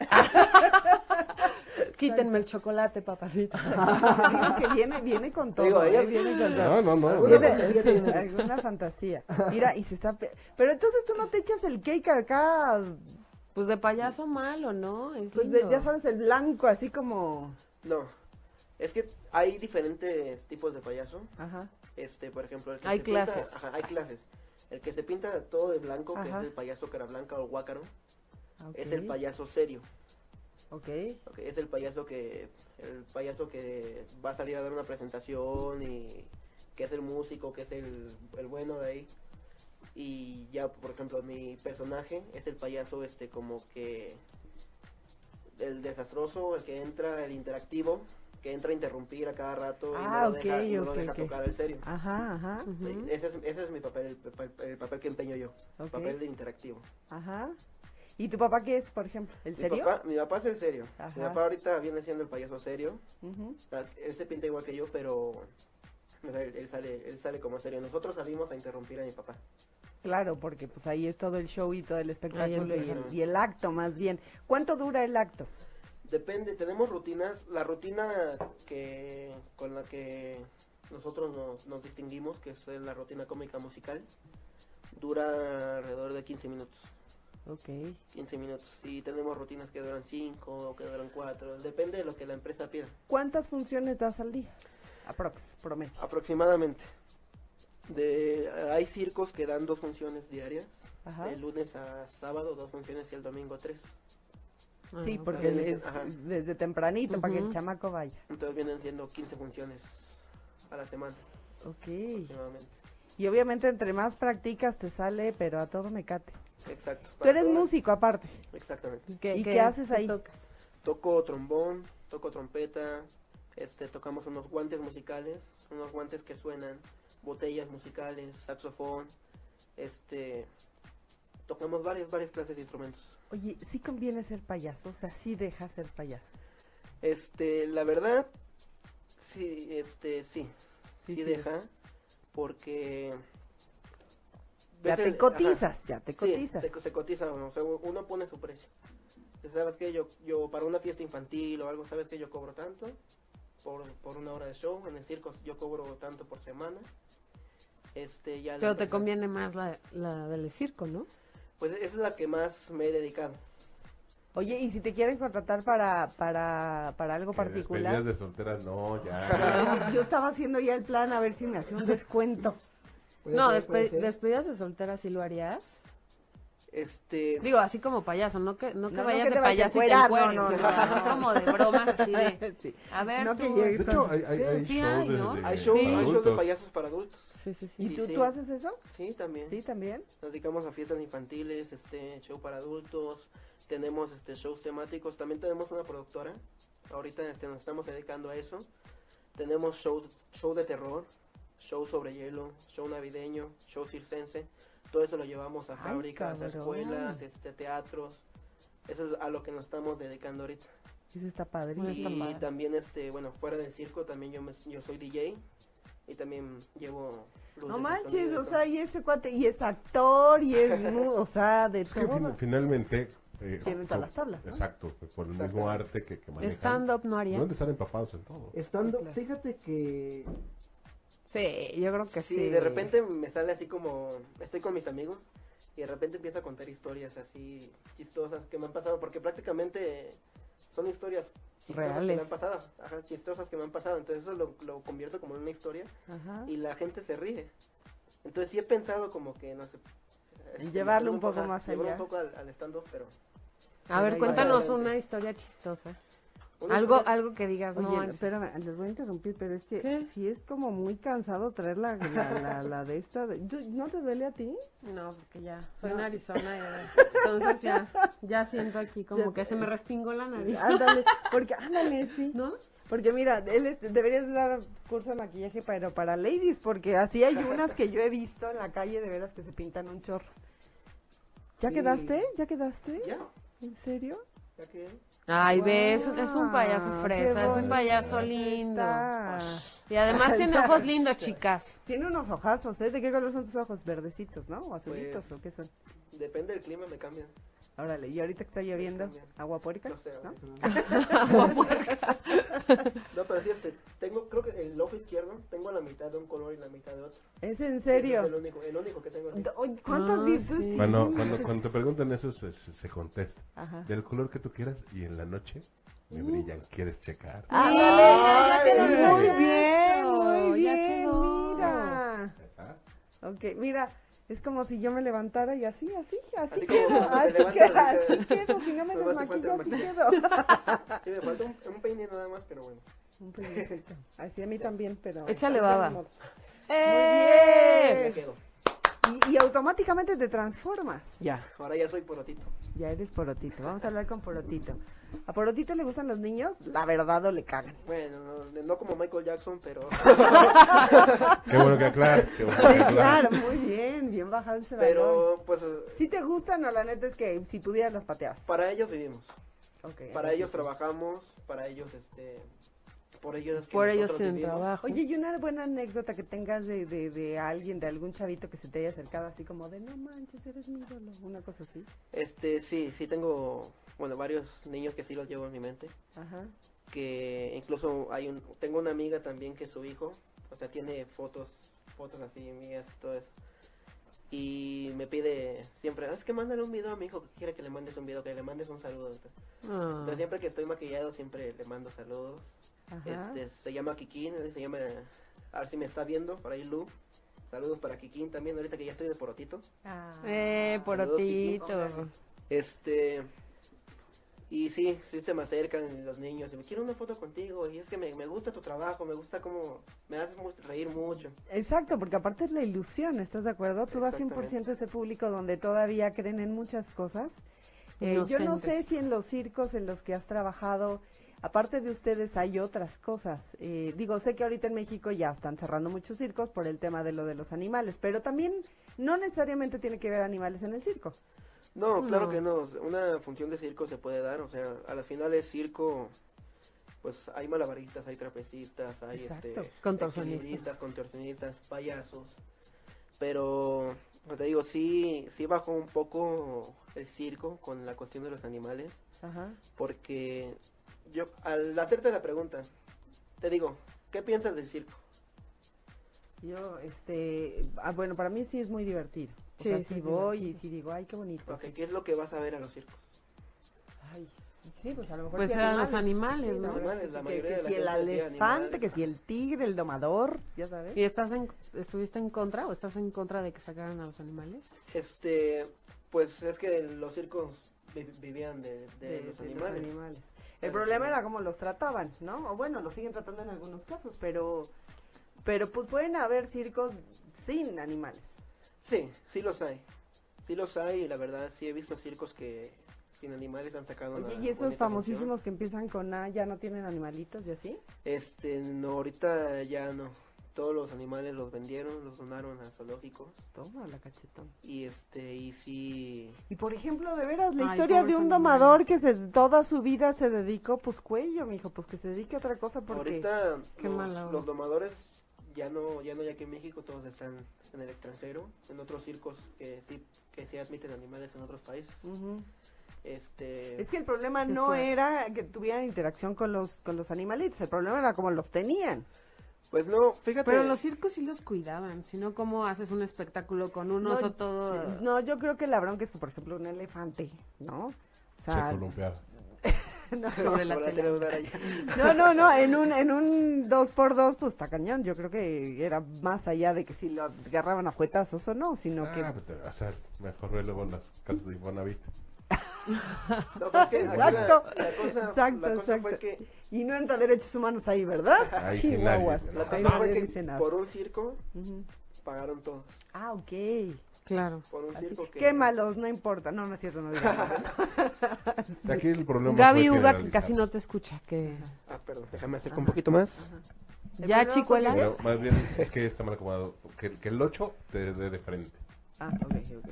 F: Quítenme el chocolate, papacito.
D: Digo que viene, viene con todo.
I: Digo,
D: ¿eh?
I: ella-
D: Viene con todo.
H: No, no, no.
I: Alguna
H: no.
D: Tiene- tiene alguna fantasía. Mira, y se está... pe- Pero entonces tú no te echas el cake acá,
F: Pues de payaso malo, ¿no? Es
D: pues, de-
F: lindo.
D: ya sabes, el blanco, así como...
I: No, es que hay diferentes tipos de payaso.
D: Ajá.
I: Este, por ejemplo, el que
F: Hay
I: se
F: clases.
I: Pinta, ajá, hay clases. El que se pinta todo de blanco, que
D: Ajá.
I: es el payaso cara blanca o guácaro,
D: ok,
I: es el payaso serio.
D: Ok.
I: Ok, es el payaso que el payaso que va a salir a dar una presentación y que es el músico, que es el, el bueno de ahí. Y ya, por ejemplo, mi personaje es el payaso este como que el desastroso, el que entra, el interactivo, que entra a interrumpir a cada rato y
D: Ah,
I: no lo deja,
D: ok,
I: y no lo
D: ok,
I: deja
D: ok.
I: tocar el serio.
D: Ajá, ajá,
I: Sí,
F: Ujú.
I: Ese es, ese es mi papel, el, papel- el papel que empeño yo.
D: Ok.
I: Papel de interactivo.
D: ajá. ¿Y tu papá qué es, por ejemplo? ¿El
I: Mi
D: serio?
I: papá, mi papá es el serio.
D: Ajá.
I: Mi papá ahorita viene siendo el payaso serio.
D: Ujú.
I: O sea, Él se pinta igual que yo, pero o sea, él, él sale, él sale como serio. Nosotros salimos a interrumpir a mi papá.
D: Claro, porque pues ahí es todo el show y todo el espectáculo y
I: empieza.
D: el, y el acto más bien. ¿Cuánto dura el acto?
I: Depende, tenemos rutinas. La rutina que con la que nosotros nos, nos distinguimos, que es la rutina cómica musical, dura alrededor de 15 minutos.
D: Ok,
I: 15 minutos. Y tenemos rutinas que duran 5 o que duran 4. Depende de lo que la empresa pida.
D: ¿Cuántas funciones das al día? Aprox, promedio.
I: Aproximadamente. De, hay circos que dan dos funciones diarias.
D: Ajá.
I: De lunes a sábado, dos funciones y el domingo tres.
F: Ah,
D: Sí,
F: ok.
D: porque
I: ok.
D: es
I: Ajá.
D: desde tempranito para que el
F: Ujú.
D: chamaco vaya.
I: Entonces vienen siendo 15 funciones a la semana
D: Ok.
I: aproximadamente.
D: Y obviamente entre más practicas te sale, pero a todo mecate.
I: Exacto.
D: Tú eres
I: Para-
D: músico aparte.
I: Exactamente.
D: ¿Y qué haces ahí?
F: tocas?
I: Toco trombón, toco trompeta, este, tocamos unos guantes musicales, unos guantes que suenan, botellas musicales, saxofón, este, tocamos varias, varias clases de instrumentos.
D: Oye, sí conviene ser payaso, o sea, sí deja ser payaso.
I: Este, la verdad, sí, este, sí,
D: Sí,
I: sí,
D: sí.
I: deja, porque...
D: Ya
I: ves el-
D: te
I: ajá,
D: cotizas, ya te
I: sí,
D: cotizas.
I: se, se cotiza uno, o sea, uno pone su precio. Entonces, ¿Sabes que yo, yo para una fiesta infantil o algo, sabes que yo cobro tanto por, por una hora de show, en el circo yo cobro tanto por semana. Este, ya la
F: Pero te
I: empresa-
F: conviene más la, la del circo, ¿no?
I: Pues esa es la que más me he dedicado.
D: Oye, y si te quieren contratar para, para, para algo
H: Que
D: particular.
H: despedidas de solteras, no, ya.
D: Yo estaba haciendo ya el plan a ver si me hacía un descuento.
I: Pues
E: Puede
D: Pues,
F: no,
E: ser, puede
F: despe-
I: ¿eh?
E: ser.
F: despedidas de soltera sí lo harías.
I: Este.
F: Digo, así como payaso, no que, no que
D: No, no
F: vayas
D: que te
F: de
D: vayas a
F: payaso y te
D: encuerar,
F: encueres,
D: no, no,
F: sino
D: no,
F: así
D: no.
F: como de broma, así de,
D: Sí.
F: a ver,
D: No que
F: tú-
D: llegue-
H: De hecho, hay, hay,
F: Sí,
H: hay
F: sí
H: shows
F: hay,
H: de-
F: ¿no?
H: de-
I: Hay shows,
F: Sí.
I: hay shows de
H: adultos.
I: payasos para adultos.
F: Sí, sí, sí.
D: ¿Y tú,
I: sí.
D: tú haces eso?
I: Sí, también.
D: Sí, también.
I: Nos dedicamos a fiestas infantiles, este, show para adultos, tenemos este shows temáticos, también tenemos una productora, ahorita este, nos estamos dedicando a eso, tenemos show, show de terror, show sobre hielo, show navideño, show circense, todo eso lo llevamos a fábricas, a
D: cabrón.
I: escuelas, este, teatros, eso es a lo que nos estamos dedicando ahorita.
D: Eso Pues está padrísimo.
F: Bueno, está
I: y
F: padre.
I: también este, bueno, fuera del circo también yo me- yo soy DJ y también llevo luces
D: No
I: y
D: manches,
I: sonido y
D: o
I: todo.
D: sea, y este cuate, y es actor, y es, mu- o sea, de
H: Es que fin-
D: todo.
H: finalmente. eh,
D: Tienen todas las tablas, ¿no?
H: Exacto, pues, por el mismo arte que, que manejan.
F: Stand-up no harías.
H: ¿Dónde están empapados en todo?
E: Estando, fíjate que
F: Sí, yo creo que sí.
I: Sí, de repente me sale así como, estoy con mis amigos y de repente empiezo a contar historias así chistosas que me han pasado, porque prácticamente son historias chistosas
F: Reales.
I: que me han pasado, ajá, chistosas que me han pasado, entonces eso lo, lo convierto como en una historia
D: Ajá.
I: y la gente se ríe. Entonces sí he pensado como que, no sé...
D: En llevarlo un poco
I: ajá,
D: más
I: llevarlo
D: allá.
I: un poco al, al stand-up, pero...
F: A ver,
D: Ahí
F: cuéntanos
I: va.
F: una historia chistosa.
I: Una
F: Algo,
I: historia-
F: algo que digas,
D: Oye,
F: no,
D: no, espérame, les voy a interrumpir, pero es que
F: ¿Qué?
D: si es como muy cansado traer la, la, la, la de esta. de- ¿Tú- ¿No te duele a ti?
F: No, porque ya soy en Arizona. ya. Entonces ya, ya siento aquí como
D: Ya-
F: que se me respingó la nariz.
D: Ándale, porque, ándale, sí.
F: ¿No?
D: Porque mira, él es- deberías dar curso de maquillaje pero para ladies, porque así hay unas que yo he visto en la calle de veras que se pintan un chorro. ¿Ya
I: Sí.
D: quedaste? ¿Ya quedaste?
I: ¿Ya?
D: ¿En serio?
I: ¿Ya qué?
F: Ay, ves,
D: Guau,
F: es un payaso
D: qué
F: fresa, es un
D: bonito
F: payaso lindo.
D: Está.
F: Y además tiene
D: Ya.
F: ojos lindos, chicas.
D: Tiene unos ojazos, ¿eh? ¿De qué color son tus ojos? ¿Verdecitos, no? ¿O azulitos?
I: Pues-
D: ¿O qué son?
I: Depende del clima, me cambian.
D: Órale, y ahorita que está lloviendo, agua puerca,
I: Pues No sé,
D: Pues, ¿no?
I: No, pero sí, este, tengo, creo que el ojo izquierdo, tengo la mitad de un color y la mitad de otro.
D: ¿Es en
I: Es el
D: serio?
I: único, el único que tengo. así.
D: Do- oye, ¿Cuántas
F: Ah,
D: virtudes
F: sí.
D: tiene?
H: Cuando, cuando, cuando te preguntan eso, se, se- se contesta.
D: Ajá.
H: Del color que tú quieras y en la noche me brillan. ¿Quieres checar?
D: Ándale,
F: Ay,
H: ya quedó
D: muy
F: eso,
D: bien, muy
F: ya
D: bien,
F: quedó.
D: mira.
H: Ah,
D: Ok, mira, es como si yo me levantara y así, así, así,
I: Así como
D: quedo,
I: cuando te
D: así,
I: levantas,
D: quedo,
I: dices,
D: así quedo, si no me
I: "Nada más te
D: desmaquillo,
I: falta
D: así
I: el
D: quedo. ah.
I: Sí, me falta un, un peine nada más, pero bueno.
D: Un peinecito. así a mí también, pero...
F: Échale
D: ahorita
F: baba.
D: ni modo.
F: ¡Eh!
I: Ya quedo.
D: Y, y automáticamente te transformas.
I: Ya. Ahora ya soy porotito.
D: Ya eres porotito, vamos a hablar con porotito. ¿A porotito le gustan los niños? La verdad o le cagan.
I: Bueno, no, no como Michael Jackson, pero,
H: Qué bueno que aclarar. Qué bueno que
D: Sí,
H: aclarar.
D: claro, muy bien, bien bajado ese valor.
I: pero pues eh,
D: Si te gustan o la neta es que si pudieras los pateabas.
I: para ellos vivimos.
D: Okay,
I: Para
D: ahora
I: ellos
D: sí.
I: trabajamos, para ellos, este, por ellos es que
F: Por ellos
I: nosotros
F: tienen
I: vivimos.
F: trabajo.
D: Oye, y una buena anécdota que tengas de, de, de alguien, de algún chavito que se te haya acercado así como de no manches, eres mi ídolo, una cosa así.
I: Este, sí, sí tengo, bueno, varios niños que sí los llevo en mi mente.
D: Ajá.
I: que incluso hay un tengo una amiga también que su hijo o sea tiene fotos fotos así mías y todo eso y me pide siempre "Ah, es que mándale un video a mi hijo que quiere que le mandes un video que le mandes un saludo
F: Ah.
I: entonces siempre que estoy maquillado siempre le mando saludos
D: Ajá.
I: este se llama Kikín él se llama a ver si me está viendo por ahí Lu saludos para Kikín también ahorita que ya estoy de porotito
D: Ah.
F: Eh, porotito.
I: Este. Y sí, sí se me acercan los niños y me quiero una foto contigo. Y es que me, me gusta tu trabajo, me gusta cómo. Me haces mu- reír mucho.
D: Exacto, porque aparte es la ilusión, ¿estás de acuerdo? Tú vas 100% a ese público donde todavía creen en muchas cosas. Eh, yo no sé
F: Inocentes.
D: si en los circos en los que has trabajado, aparte de ustedes, hay otras cosas. Eh, digo, sé que ahorita en México ya están cerrando muchos circos por el tema de lo de los animales, pero también no necesariamente tiene que ver animales en el circo.
I: No, claro
F: No.
I: que no. Una función de circo se puede dar. O sea, a las finales, circo. Pues hay malabaristas, hay trapecistas, hay
D: Exacto.
I: este,
F: Contorsionistas.
I: equilibristas, contorsionistas, payasos. Pero, como te digo, sí, sí bajó un poco el circo con la cuestión de los animales.
D: Ajá.
I: Porque yo, al hacerte la pregunta, te digo, ¿qué piensas del circo?
D: Yo, este, ah, bueno, para mí sí es muy divertido. O
F: Sí,
D: sea,
F: sí
D: sí
F: es
D: voy y
F: divertido.
D: sí digo, ay, qué bonito.
I: O sea, ¿qué es lo que vas a ver a los circos?
D: Ay, sí, pues a lo mejor
F: Pues
D: sí
F: eran los animales, ¿no?
D: la verdad
I: Animales,
D: es
I: la
D: que-
I: mayoría
D: que
I: de la
D: si el
I: gente decía
D: elefante,
I: animales.
D: que si el tigre, el domador, ya sabes.
F: ¿Y estás en- estuviste en contra o estás en contra de que sacaran a los animales?
I: Este, pues es que los circos vi- vivían de, de
D: de-
I: los
D: de
I: animales.
D: El
I: Los
D: problema
I: animales.
D: era cómo los trataban, ¿no? O bueno, los siguen tratando en algunos casos, pero pero pues pueden haber circos sin animales.
I: Sí, sí los hay. Sí los hay y la verdad sí he visto circos que sin animales han sacado
D: Oye,
I: una
D: y esos
I: bonita función.
D: famosísimos que empiezan con A ya no tienen animalitos y así.
I: Este, no, ahorita ya no. Todos los animales los vendieron, los donaron a zoológicos
D: Toma la cachetón.
I: y este y sí
D: Y por ejemplo, de veras, la
F: Ay,
D: historia de
F: pobres
D: un
F: animales.
D: domador que se, toda su vida se dedicó, pues cuello, mijo, pues que se dedique a otra cosa porque...
I: ahorita
F: Qué mala
I: los,
F: onda.
I: los domadores ya no ya no ya que en México todos están en el extranjero, en otros circos que sí que sí admiten animales en otros países.
D: Ujú.
I: Este
D: Mm. Es que el problema no
F: fuerte.
D: era que tuvieran interacción con los, con los animalitos, el problema era cómo los tenían.
I: pues no, fíjate.
F: Pero los circos sí los cuidaban, sino cómo haces un espectáculo con un oso todo...
D: No, yo creo que la bronca es que, por ejemplo, un elefante, ¿no? O
H: Se
D: sea,
H: columpiaba.
I: sobre la
F: tela.
I: telaraña.
D: no, no, no, en un, en un dos por dos, pues está cañón. Yo creo que era más allá de que si lo agarraban a juetazos o no, sino que...
H: Ah, pero, o sea, mejor ve luego las casas de Infonavit.
I: No, pues es que aquí
D: Exacto,
I: la, la cosa,
D: exacto,
I: la cosa
D: exacto.
I: fue que
D: Y no entra derechos humanos ahí, ¿verdad?
H: Ahí sí
D: Chihuahuas.
H: nadie dice
I: la
H: nada.
D: Ahí
I: cosa fue
D: nadie
I: que
D: dice nada.
I: por un circo
D: Ujú.
I: pagaron todos.
D: Ah, ok.
F: Claro.
I: Por un
D: Así,
I: circo que
D: Qué malos, no importa. No, no es cierto, no digas nada.
H: Aquí el problema
F: Gaby
H: fue
F: Uga que
H: generalizar.
F: casi no te escucha, que...
I: Ah, perdón, déjame acercar un poquito más.
D: El
F: Ya,
D: problema fue
F: chicuelas.
H: Pero más bien es que está mal acomodado. Que, que el 8 te dé de frente.
D: Ah, ok, ok. ok.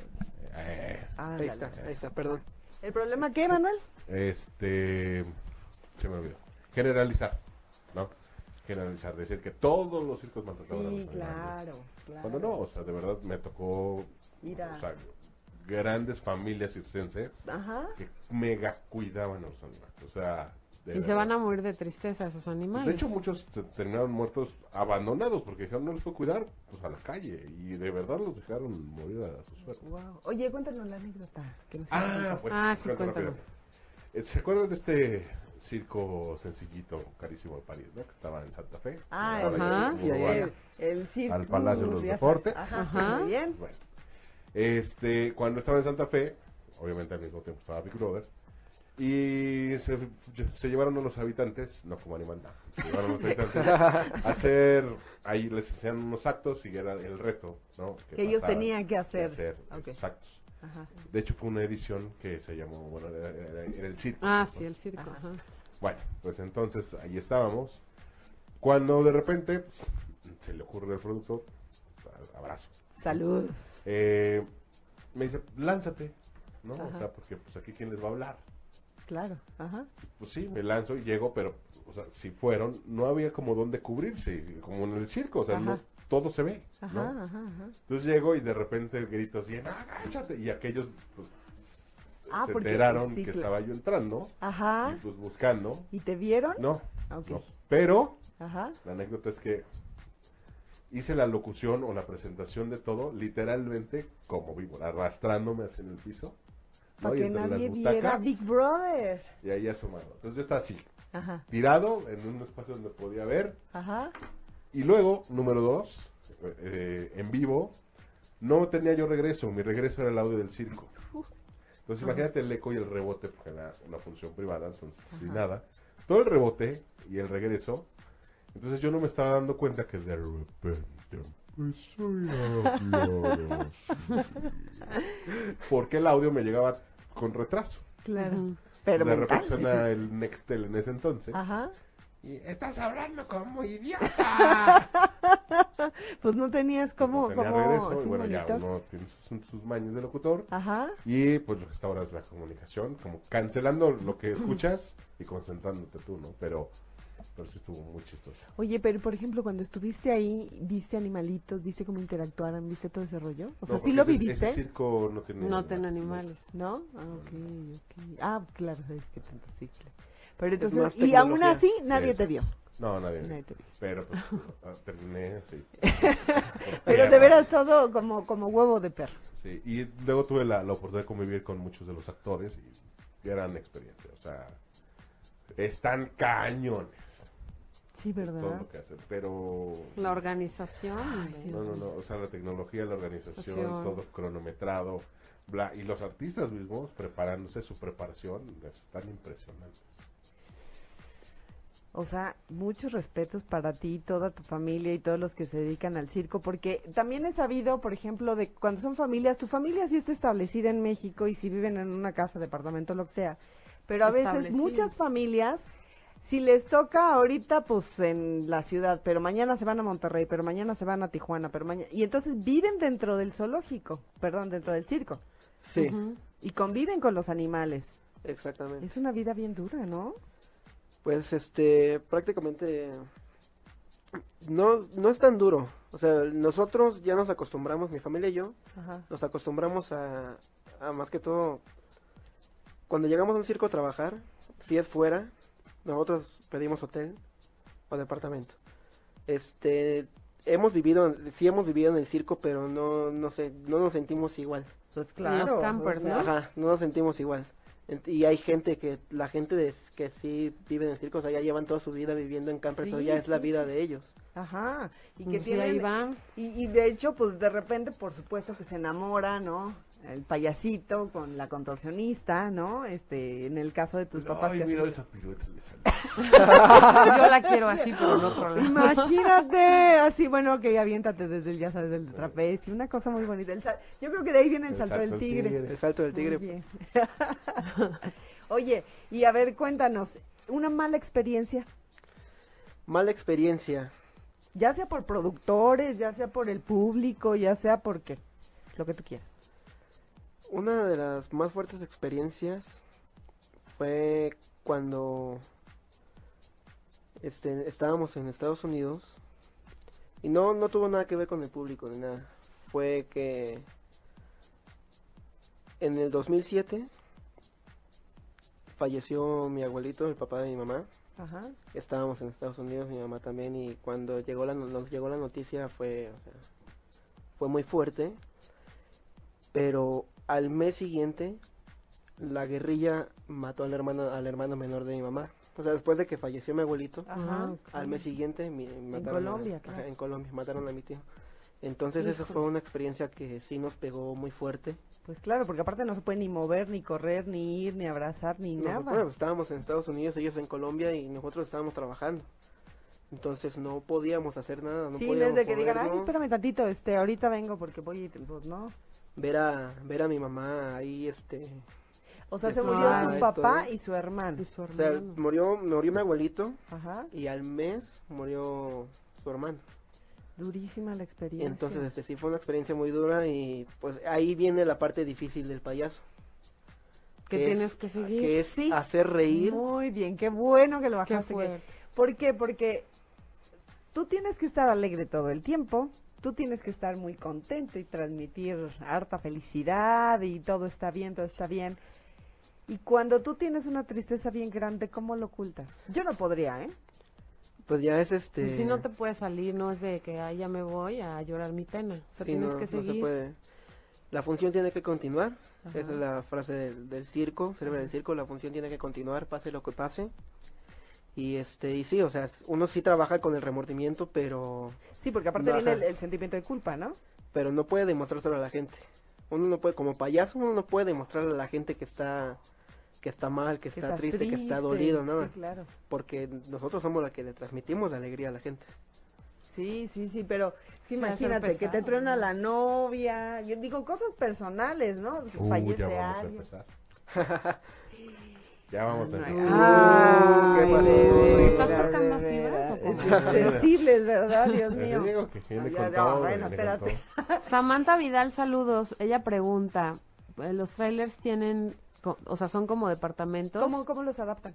H: Eh,
D: Ah,
I: Ahí
D: la,
I: está,
D: la.
I: ahí está, perdón.
D: ¿El problema qué, Manuel?
H: este. Se me olvidó. Generalizar. ¿No? Generalizar. Decir que todos los circos maltrataban a los
D: Sí,
H: animales.
D: claro, claro.
H: Cuando no, o sea, de verdad me tocó.
D: Ir a-
H: O sea, grandes familias circenses
D: Ajá.
H: que mega cuidaban a los animales. O sea. de
F: Y se
H: verdad.
F: van a morir de tristeza esos animales.
H: De hecho, muchos te- terminaron muertos abandonados porque dijeron no los fue a cuidar pues, a la calle y de verdad los dejaron morir a su suerte.
D: Wow. Oye, cuéntanos la anécdota. que nos
H: Ah, bueno,
F: Ah, sí,
H: cuento
F: cuéntanos.
H: rápido. Eh, ¿Se acuerdan de este circo sencillito, carísimo de París, ¿no? que estaba en Santa Fe?
D: Ah,
H: Ahora ya
F: ajá.
H: es
D: el,
H: en Uruguay.
D: el, el circo.
H: Al Palacio de los
D: ya sabes.
H: Deportes.
D: Ajá,
F: Ajá.
D: muy bien.
H: Bueno, este, cuando estaba en Santa Fe, obviamente al mismo tiempo estaba Big Brother, y se, se llevaron a los habitantes, no como animal, no, se llevaron a los habitantes a hacer, ahí les hacían unos actos y era el reto, ¿no?
D: Que ellos
H: pasaran,
D: tenían que hacer.
H: de hacer
D: Ok.
H: esos actos.
D: Ajá.
H: De hecho fue una edición que se llamó, bueno, era, era- era el circo.
F: Ah,
H: ¿no?
F: sí, el circo. ajá.
H: Bueno, pues entonces ahí estábamos. Cuando de repente pues, se le ocurre el producto, abrazo.
D: Saludos.
H: Eh, me dice, lánzate, ¿no?
D: Ajá.
H: O sea, porque pues aquí quién les va a hablar.
D: Claro. Ajá.
H: Pues sí, me lanzo y llego, pero, o sea, si fueron, no había como dónde cubrirse, como en el circo, o sea,
D: Ajá.
H: no, todo se ve, ¿no?
D: Ajá, ajá, ajá.
H: Entonces llego y de repente el grito así, "No, agáchate, y aquellos, pues,
D: Ah,
H: se
D: porque-
H: enteraron
D: sí,
H: que
D: cla-
H: estaba yo entrando,
D: Ajá.
H: y pues buscando,
D: ¿Y te vieron? Ah,
H: no,
D: Ok.
H: no, pero
D: Ajá.
H: La anécdota es que hice la locución o la presentación de todo literalmente como vivo, arrastrándome hacia el piso. ¿no?
D: Para
H: Y
D: que
H: entre las
D: nadie viera
H: butacas,
D: Big Brother.
H: Y ahí asomado. Entonces yo estaba así,
D: Ajá.
H: tirado en un espacio donde podía ver.
D: Ajá.
H: Y luego, número dos, eh, eh, en vivo, no tenía yo regreso. Mi regreso era el audio del circo. Entonces imagínate el eco y el rebote, porque era una función privada, entonces sin nada. Todo el rebote y el regreso. Entonces yo no me estaba dando cuenta que de repente empecé a hablar así. Porque el audio me llegaba con retraso.
D: Claro.
F: Ujú.
D: Pero
H: de
D: mental. Ah.
H: repente suena el Nextel en ese entonces.
D: Ajá.
H: Y estás hablando como idiota.
D: Pues no tenías como.
H: Tenía
D: como
H: regreso, y
D: sí,
H: bueno, ya
D: monitor.
H: uno tiene sus, sus mañas de locutor.
D: Ajá.
H: Y pues lo que está ahora es la comunicación, como cancelando lo que escuchas y concentrándote tú, ¿no? Pero, pero sí estuvo muy chistoso.
D: Oye, pero por ejemplo, cuando estuviste ahí, ¿viste animalitos? ¿Viste cómo interactuaran? ¿Viste todo ese rollo? O sea,
H: No,
D: ¿sí
H: porque
D: lo
H: ese-
D: viviste?
H: Ese circo no tiene
F: No ten animales.
D: ¿No? Ah, ok, ok. Ah, claro, es que tanto sí, claro. Pero
I: Es
D: entonces,
I: más
D: y aún
I: tecnología.
D: así, nadie
H: Sí,
D: te
H: sí.
D: vio.
H: No, nadie.
D: Nadie te vio.
H: Pero pues ah, terminé así.
D: Pero de veras todo como, como huevo de perro.
H: Sí, y luego tuve la, la oportunidad de convivir con muchos de los actores y gran experiencia. O sea, están cañones
D: Sí,
H: todo
D: ¿verdad?
H: lo que hacen. Pero
F: La organización. de-
H: No, no, no, o sea, la tecnología, la organización,
F: Organización.
H: todo cronometrado, bla, y los artistas mismos preparándose, su preparación, es tan impresionante.
D: O sea, muchos respetos para ti, toda tu familia y todos los que se dedican al circo, porque también he sabido, por ejemplo, de cuando son familias, tu familia sí está establecida en México y si viven en una casa, departamento, lo que sea, pero a veces
F: Establecida.
D: muchas familias, si les toca ahorita, pues en la ciudad, pero mañana se van a Monterrey, pero mañana se van a Tijuana, pero mañana, y entonces viven dentro del zoológico, perdón, dentro del circo,
I: Sí,
F: Ujú.
D: y conviven con los animales.
I: exactamente.
D: Es una vida bien dura, ¿no?
I: Pues este, prácticamente no, no es tan duro. O sea, nosotros ya nos acostumbramos, mi familia y yo,
D: Ajá.
I: nos acostumbramos a, a más que todo, cuando llegamos a un circo a trabajar, si es fuera, nosotros pedimos hotel o departamento. Este, hemos vivido, sí hemos vivido en el circo, pero no, no sé, no nos sentimos igual.
D: Pues
F: Los
D: o
F: campers,
D: sea,
F: ¿no?
I: Ajá, no nos sentimos igual. Ent- Y hay gente que, la gente de- que sí vive en el circo, o sea, ya llevan toda su vida viviendo en campers,
D: Sí,
I: o ya es la
D: sí,
I: vida
D: sí.
I: de ellos.
D: Ajá, y que
F: Pues Sí, ahí
D: tienen,
F: van.
D: y, y de hecho, pues de repente, por supuesto que se enamora, ¿no? El payasito con la contorsionista, ¿no? Este, en el caso de tus papás.
H: Ay,
D: que-
H: mira esa pirueta le salió.
F: Yo la quiero así por el otro lado.
D: Imagínate, así, bueno, que aviéntate desde el, ya sabes, del trapecio, una cosa muy bonita. El sal- Yo creo que de ahí viene el,
H: El
D: salto del
H: salto del
D: tigre.
H: tigre.
I: El salto del
D: Muy
I: tigre.
D: bien. Oye, y a ver, cuéntanos, una mala experiencia,
I: Mala experiencia.
D: ya sea por productores, ya sea por el público, ya sea por qué, lo que tú quieras.
I: Una de las más fuertes experiencias fue cuando este, estábamos en Estados Unidos y no, no tuvo nada que ver con el público ni nada. Fue que en el 2007 falleció mi abuelito, el papá de mi mamá.
D: Ajá.
I: Estábamos en Estados Unidos, mi mamá también, y cuando llegó la, no- nos llegó la noticia fue, o sea, fue muy fuerte. Pero al mes siguiente, la guerrilla mató al hermano, al hermano menor de mi mamá. O sea, después de que falleció mi abuelito,
D: Ajá.
I: al mes siguiente mi- mataron
D: Ah, Colombia,
I: a, ajá,
D: claro.
I: en Colombia mataron a mi tío. Entonces esa fue una experiencia que sí nos pegó muy fuerte.
D: Pues claro, porque aparte no se puede ni mover, ni correr, ni ir, ni abrazar, ni
I: No, pues,
D: nada.
I: bueno, estábamos en Estados Unidos, ellos en Colombia y nosotros estábamos trabajando. Entonces no podíamos hacer nada, no
D: sí, no es
I: podíamos
D: de que digan, ay,
I: movernos".
D: espérame tantito, este, ahorita vengo porque voy, y te- pues no.
I: ver a ver a mi mamá ahí este,
D: O sea,
I: De
D: se
I: todo,
D: murió
I: de
D: su papá
I: todo. Pues,
D: y su hermano.
F: Y su
I: o sea,
F: hermano.
I: murió murió mi abuelito
D: Ajá,
I: y al mes murió su hermano.
D: durísima la experiencia.
I: Entonces este sí fue una experiencia muy dura y pues ahí viene la parte difícil del payaso,
F: Que
I: que es-
F: tienes que seguir.
I: que es
D: Sí.
I: hacer reír.
D: Muy bien, qué bueno que lo
F: Qué
D: bajaste. que-
F: fuerte.
D: ¿Por qué? Porque tú tienes que estar alegre todo el tiempo, tú tienes que estar muy contento y transmitir harta felicidad y todo está bien, todo está bien. Y cuando tú tienes una tristeza bien grande, ¿cómo lo ocultas? Yo no podría, ¿eh?
I: Pues ya es este
F: Si no te puedes salir, no es de que "Ay, ya me voy a llorar mi pena. O sea,
I: sí,
F: tienes
I: no,
F: que
I: no
F: seguir.
I: se puede. La función tiene que continuar. Esa es la frase del, del circo, cerebro del circo, la función tiene que continuar, pase lo que pase. Y este, y sí, o sea, uno sí trabaja con el remordimiento, pero
D: Sí, porque aparte
I: Ajá.
D: viene el, el sentimiento de culpa, ¿no?
I: pero no puede demostrárselo a la gente. Uno no puede, como payaso, uno no puede demostrarle a la gente que está, que está mal, que, está
D: estás
I: triste, que está dolido, nada.
D: Sí, claro.
I: Porque nosotros somos la que le transmitimos la alegría a la gente.
D: Sí, sí, sí, pero sí,
F: va a ser
D: imagínate que te
F: pesado,
D: truena
F: ¿no?
D: la novia, yo digo cosas personales, ¿no?
H: Uy, ya
D: Fallece
H: vamos a
D: alguien.
H: empezar. ya vamos a empezar.
D: Ay,
I: ¿qué pasó?
D: de veras,
F: ¿Estás tocando
D: de
F: fibras
D: veras.
F: o cómo?
D: Es Sensibles, ¿verdad? Dios mío.
H: Te digo que viene
D: Ay, ya,
H: con
D: ya,
H: todo,
D: bueno,
H: viene con
D: espérate.
H: todo.
F: Samantha Vidal, saludos. Ella pregunta, eh, ¿los trailers tienen, co- o sea, son como departamentos?
D: ¿Cómo, ¿Cómo los adaptan?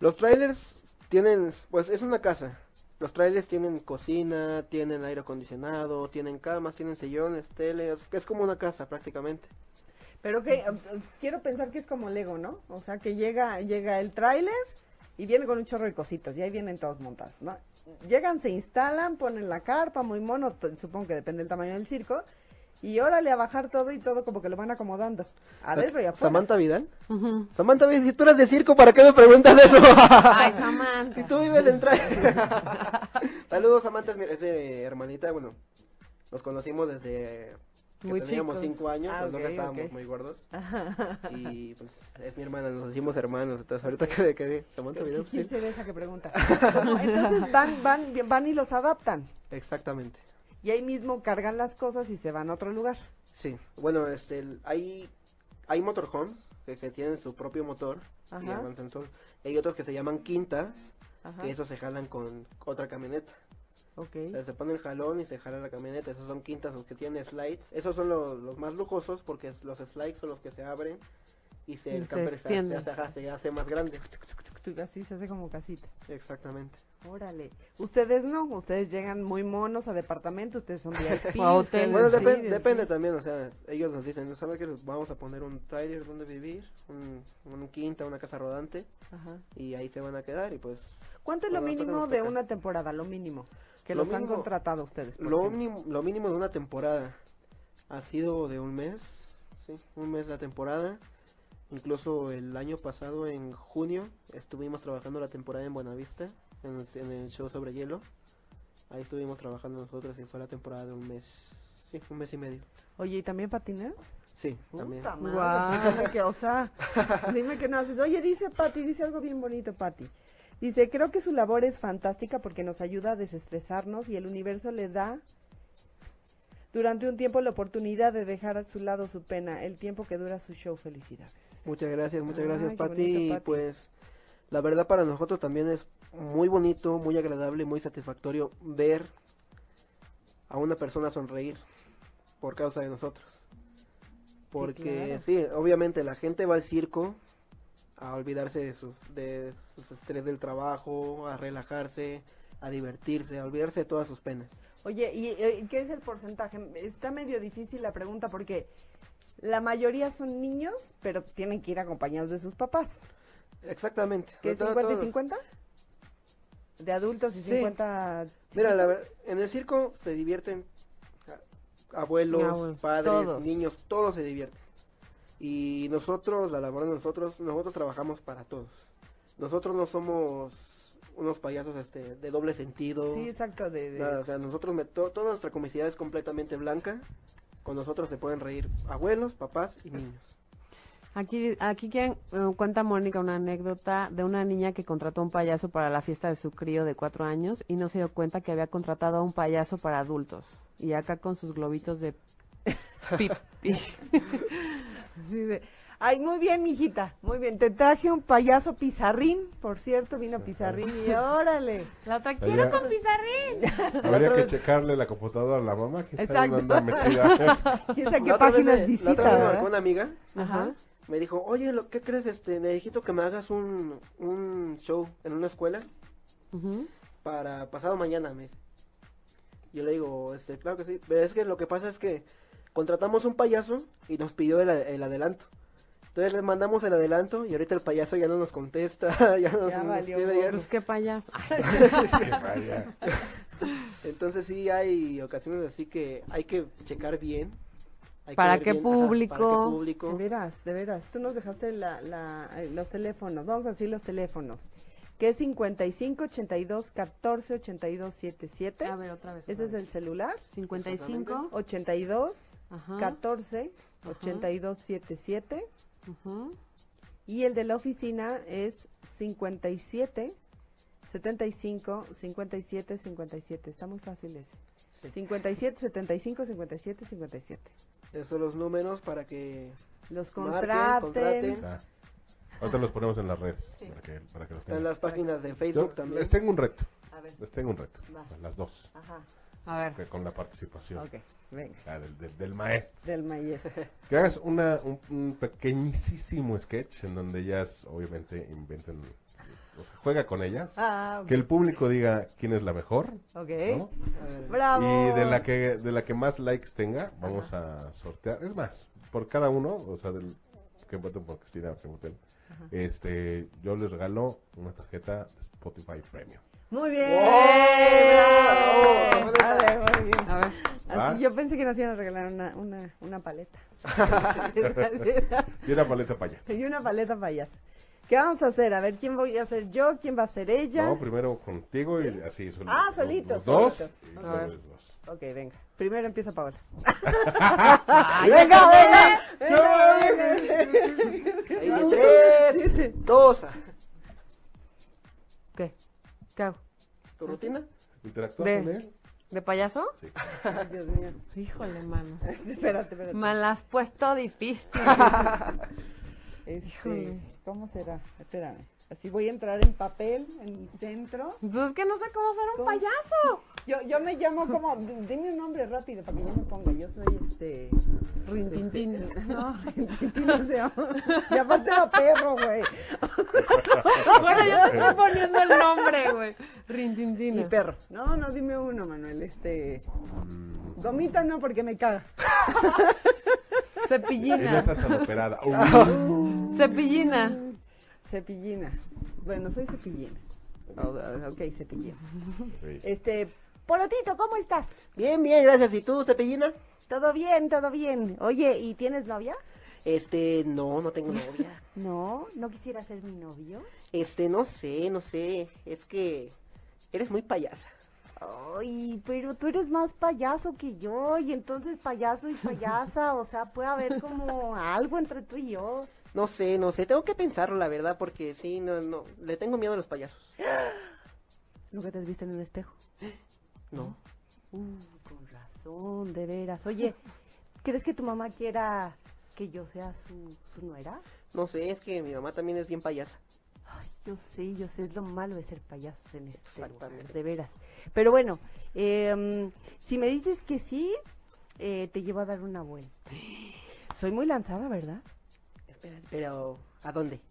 I: Los trailers tienen, pues es una casa. Los trailers tienen cocina, tienen aire acondicionado, tienen camas, tienen sillones, tele, es, es como una casa prácticamente.
D: Pero que eh, eh, quiero pensar que es como Lego, ¿no? O sea, que llega llega el tráiler y viene con un chorro de cositas y ahí vienen todos montados, ¿no? Llegan, se instalan, ponen la carpa, muy mono, t- supongo que depende del tamaño del circo, Y órale a bajar todo y todo como que lo van acomodando. Adentro y afuera.
I: Samantha Vidal. Samantha Vidal, si tú eres de circo, ¿para qué me preguntas eso?
F: Ay,
I: si
F: Samantha.
I: tú vives en tra- Saludos, Samantha, es mi, es mi hermanita. Bueno, nos conocimos desde que
F: Muy
I: teníamos
F: chicos.
I: cinco años,
D: Ah,
I: cuando
D: ok,
I: estábamos
D: ok.
I: muy gordos. Y pues es mi hermana, nos hicimos hermanos. Entonces, ahorita que me quedé, Samantha Vidal.
D: ¿Qui-
I: pues,
D: ¿Quién
I: sí.
D: se ve esa que pregunta? Entonces van, van, van y los adaptan.
I: Exactamente.
D: Y ahí mismo cargan las cosas y se van a otro lugar.
I: Sí, bueno, este, el- hay, hay motorhomes que, que tienen su propio motor y
D: Ajá.
I: avanzan solos. Y hay otros que se llaman quintas,
D: Ajá.
I: que esos se jalan con otra camioneta.
D: Ok.
I: O sea, se pone el jalón y se jala la camioneta. Esos son quintas, los que tienen slides. Esos son los, los más lujosos porque es- los slides son los que se abren y se,
F: Y
I: el
F: se
I: camper se, hace-
F: extiende.
I: se hace- se hace más grande.
D: Así se hace como casita.
I: Exactamente.
D: Órale. Ustedes no, ustedes llegan muy monos a departamento, ustedes son VIP.
F: O a hoteles.
I: Bueno,
F: Sí,
I: depen- depende también, o sea, ellos nos dicen, ¿no sabes que vamos a poner un trailer donde vivir? Un, un quinta, una casa rodante
D: Ajá.
I: y ahí se van a quedar y pues
D: ¿Cuánto es lo
I: Bueno, nosotros
D: mínimo
I: nos
D: de
I: toca.
D: una temporada? Lo mínimo. Que
I: Lo
D: los han
I: mínimo-
D: contratado ustedes. por
I: Lo
D: ejemplo.
I: mínimo, lo mínimo de una temporada ha sido de un mes, sí, un mes la temporada. Incluso el año pasado, en junio, estuvimos trabajando la temporada en Buenavista, en, el- en el show sobre hielo. Ahí estuvimos trabajando nosotros y fue la temporada de un mes, sí, un mes y medio.
D: Oye, ¿y también patinas?
I: Sí, también.
D: Puta madre,
F: Guau.
D: dime que, o sea, dime que no haces. Oye, dice Pati, dice algo bien bonito, Pati. Dice, creo que su labor es fantástica porque nos ayuda a desestresarnos y el universo le da durante un tiempo la oportunidad de dejar a su lado su pena, el tiempo que dura su show. Felicidades.
I: Muchas gracias, muchas
D: Ay,
I: gracias,
D: qué
I: Pati.
D: bonito,
I: y
D: Pati.
I: Pues la verdad para nosotros también es muy bonito, muy agradable, muy satisfactorio ver a una persona sonreír por causa de nosotros. Porque
D: claro.
I: sí, obviamente la gente va al circo a olvidarse de sus, de sus estrés del trabajo, a relajarse, a divertirse, a olvidarse de todas sus penas.
D: Oye, ¿y eh, qué es el porcentaje? Está medio difícil la pregunta porque la mayoría son niños, pero tienen que ir acompañados de sus papás.
I: Exactamente.
D: ¿Qué,
I: Todo-
D: 50 y
I: todos los-
D: 50? De adultos y
I: Sí.
D: 50
I: Mira, la
D: chiquitos.
I: ver- en el circo se divierten a- abuelos,
F: Abuelos,
I: padres,
F: todos.
I: niños, todos se divierten. Y nosotros, la labor de nosotros, nosotros trabajamos para todos. Nosotros no somos unos payasos este, de doble sentido.
D: Sí, exacto, de, de-
I: nada, o sea, nosotros, me- to- toda nuestra comicidad es completamente blanca. Con nosotros se pueden reír abuelos, papás y niños.
F: Aquí, aquí quieren, eh, cuenta Mónica una anécdota de una niña que contrató a un payaso para la fiesta de su crío de cuatro años y no se dio cuenta que había contratado a un payaso para adultos. Y acá con sus globitos de pipi.
D: sí, de- Ay, muy bien, mijita, muy bien. Te traje un payaso pizarrín, por cierto, vino pizarrín y órale.
F: La otra,
H: "Quiero con
F: pizarrín.
H: Habría
I: otra
H: que
I: vez-
H: checarle la computadora a la mamá que está
D: Exacto.
H: anda metida.
D: ¿Quién sabe qué
I: La otra vez me-
D: páginas
I: la
D: visita,
I: otra vez me marcó
D: verdad?
I: una amiga
F: Ajá.
I: me dijo, oye, lo, ¿qué crees? Este, necesito que me hagas un, un show en una escuela
F: Ujú.
I: para pasado mañana. Me dice. Yo le digo, este, claro que sí. Pero es que lo que pasa es que contratamos un payaso y nos pidió el, a- el adelanto. Entonces les mandamos el adelanto y ahorita el payaso ya no nos contesta, ya no
D: Ya
I: nos
D: valió
I: escribe, ya no-
F: Pues qué payaso. Ay,
H: Que vaya.
I: Entonces sí hay ocasiones así que hay que checar bien. hay que
F: ¿Para
I: ver
F: qué
I: bien, ajá, ¿Para
F: público?
I: qué público?
D: De veras, de veras. Tú nos dejaste la, la- eh, los teléfonos. Vamos a decir los teléfonos. Que es 55 82 14 82 77.
F: a ver, otra vez.
D: Ese es
F: otra
D: el
F: vez.
D: celular.
F: 55.
D: 82
F: Ajá.
D: 14 82 77.
F: ujú.
D: Y el de la oficina es 57 75 57 57. Está muy fácil ese.
I: Sí.
D: 57 75 57 57.
I: Esos son los números para que
D: Los
I: Marquen,
D: contraten.
I: contraten.
H: Ya. Ahorita los ponemos en las redes para que, para que los
I: están
H: tengan.
I: las páginas de
H: Yo
I: Facebook también.
F: este-
H: les tengo un reto.
D: A ver,
H: Les tengo un reto.
D: Va.
H: Las dos.
D: ajá.
F: A ver.
H: que Con la participación
D: Ok, venga.
H: ah, del, del- del maestro.
D: Del Mayes.
H: Que hagas una, un, un pequeñísimo sketch en donde ellas obviamente inventen, o sea, juega con ellas.
D: Ah,
H: Que el público diga quién es la mejor.
D: ok. Ah,
H: ¿no?
I: A ver.
D: Bravo.
H: Y de la que de la que más likes tenga, vamos a sortear. Es más, por cada uno, o sea, del que voten por Cristina, que voten, este, yo les regalo una tarjeta de Spotify Premium.
D: Muy bien.
F: ¡Oh!
D: Bravo. Vale, muy bien.
F: A ver.
H: ¿Va?
D: Así, Ah, yo pensé que nos iban a regalar una, una, una paleta.
H: Y una paleta para allá.
D: y una paleta payasa. ¿Qué vamos a hacer? A ver, ¿quién voy a ser yo? ¿Quién va a ser ella?
H: No, primero contigo y así. solo-
D: Ah,
H: los-
D: solitos,
H: los dos.
D: solitos.
H: y
F: A
H: luego
F: ver.
H: los dos.
D: Ok, venga. Primero empieza Paola.
F: Ay, venga, venga.
I: Ahí de tres,
D: Sí,
I: dos.
F: ¿Qué? ¿Qué hago?
I: ¿Tu rutina?
H: ¿Interactúa
F: De-
H: con él?
F: ¿De payaso?
D: sí. Dios mío.
F: Híjole, mano.
D: Espérate, espérate.
F: Me la has puesto difícil.
D: Este,
F: Híjole.
D: ¿Cómo será? Espérame. Así voy a entrar en papel, en centro.
F: Entonces es que no sé cómo ser un
D: ¿Cómo?
F: payaso.
D: Yo, yo me llamo como, d- dime un nombre rápido para que yo me ponga. Yo soy este.
F: Rintintín.
D: No, Tintín no se llama. Y aparte era perro, güey.
F: Bueno, yo te estoy poniendo el nombre, güey. Rintintín.
D: Y perro. No, no, dime uno, Manuel. Este. Gomita no, porque me caga.
H: Ella está
F: Cepillina.
H: tan operada. Uy,
F: Cepillina.
D: Cepillina. Bueno, soy cepillina. O- Ok, cepillina.
H: ok.
D: Este. Porotito, ¿cómo estás?
I: Bien, bien, gracias. ¿Y tú, Cepillina?
D: Todo bien, todo bien. Oye, ¿y tienes novia?
I: Este, no, no tengo novia.
D: No, no quisiera ser mi novio.
I: Este, no sé, no sé. Es que eres muy payasa.
D: Ay, pero tú eres más payaso que yo, y entonces payaso y payasa, o sea, puede haber como algo entre tú y yo.
I: No sé, no sé. Tengo que pensarlo, la verdad, porque sí, no, no. Le tengo miedo a los payasos.
D: ¿Nunca te has visto en un espejo?
I: No.
D: Uh, con razón, de veras. Oye, ¿crees que tu mamá quiera que yo sea su, su nuera?
I: No sé, es que mi mamá también es bien payasa.
D: Ay, yo sé, yo sé, es lo malo de ser payasos en este lugar,
I: Exactamente.
D: de veras. Pero bueno, em, si me dices que sí, eh, te llevo a dar una vuelta. Soy muy lanzada, ¿verdad?
I: Espera, pero ¿a dónde?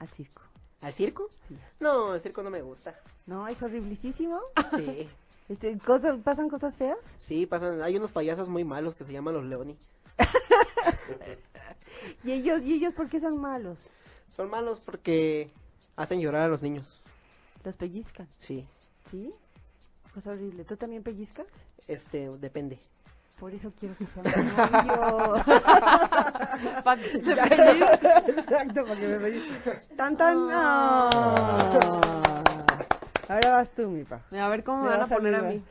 D: Al circo.
I: ¿Al circo?
D: Sí.
I: No, el circo no me gusta.
D: No, es horriblicísimo.
I: Sí,
D: Este, cosas, ¿Pasan cosas feas?
I: sí, pasan. Hay unos payasos muy malos que se llaman los Leoni.
D: ¿Y ellos, ¿Y ellos por qué son malos?
I: Son malos porque hacen llorar a los niños.
D: Los pellizcan,
I: Sí,
D: ¿sí? Cosa horrible. ¿Tú también pellizcas?
I: este, depende.
D: Por eso quiero que sea mi novio.
F: Pa' que te pellizques.
D: Exacto, para que me pellizquen. ¡Tan, tan! no. Ahora vas tú, mi pa.
F: A ver cómo
D: Me
F: Ah. me van a
D: vas a
F: poner a
D: ayudar.
F: mí.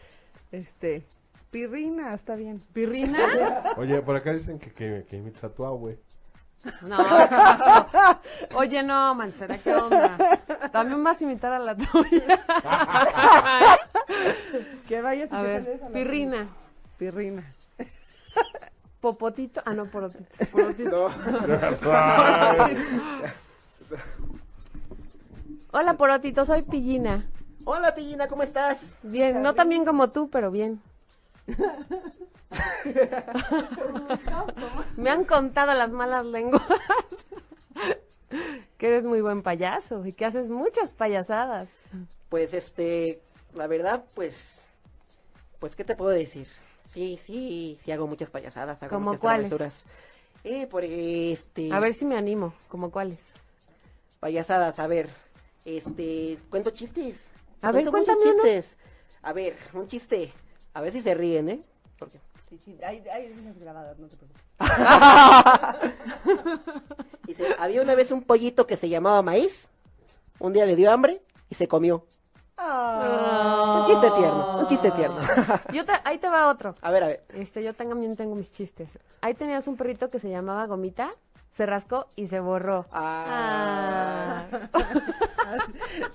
D: Este, pirrina, está bien.
F: ¿Pirrina?
H: Oye, por acá dicen que, que, que imitas a tu abue.
F: No, ¿qué pasó? Oye, no, Mancera, ¿qué onda? También vas a imitar a la tuya.
D: Que vaya
F: A ver, pirrina.
D: Pirrina.
F: Popotito. Ah, no, porotito. Porotito. Hola, porotito, soy Pillina.
I: Hola, Pillina, ¿cómo estás?
F: Bien, no tan bien como tú, pero bien. Me han contado las malas lenguas que eres muy buen payaso y que haces muchas payasadas.
I: Pues, este, la verdad, pues, pues, ¿qué te puedo decir? Sí, sí, sí hago muchas payasadas, hago
F: ¿Cómo
I: muchas
F: cuáles?
I: travesuras. Eh, por este...
F: A ver si me animo, como cuáles.
I: Payasadas, a ver. Este, cuento chistes.
F: A ver,
I: Cuento muchos
F: cuéntame uno.
I: chistes. A ver, un chiste. A ver si se ríen, ¿eh? Porque...
D: Sí, sí, hay, hay unas grabadas, no te preocupes.
I: Dice, había una vez un pollito que se llamaba Maíz. Un día le dio hambre y se comió.
D: Ah.
F: Ah,
I: Un chiste tierno, un chiste tierno.
F: Yo te- ahí te va otro.
I: a ver, a ver.
F: Este, yo también tengo mis chistes. Ahí tenías un perrito que se llamaba Gomita, se rascó y se borró.
I: Ah.
F: Ah.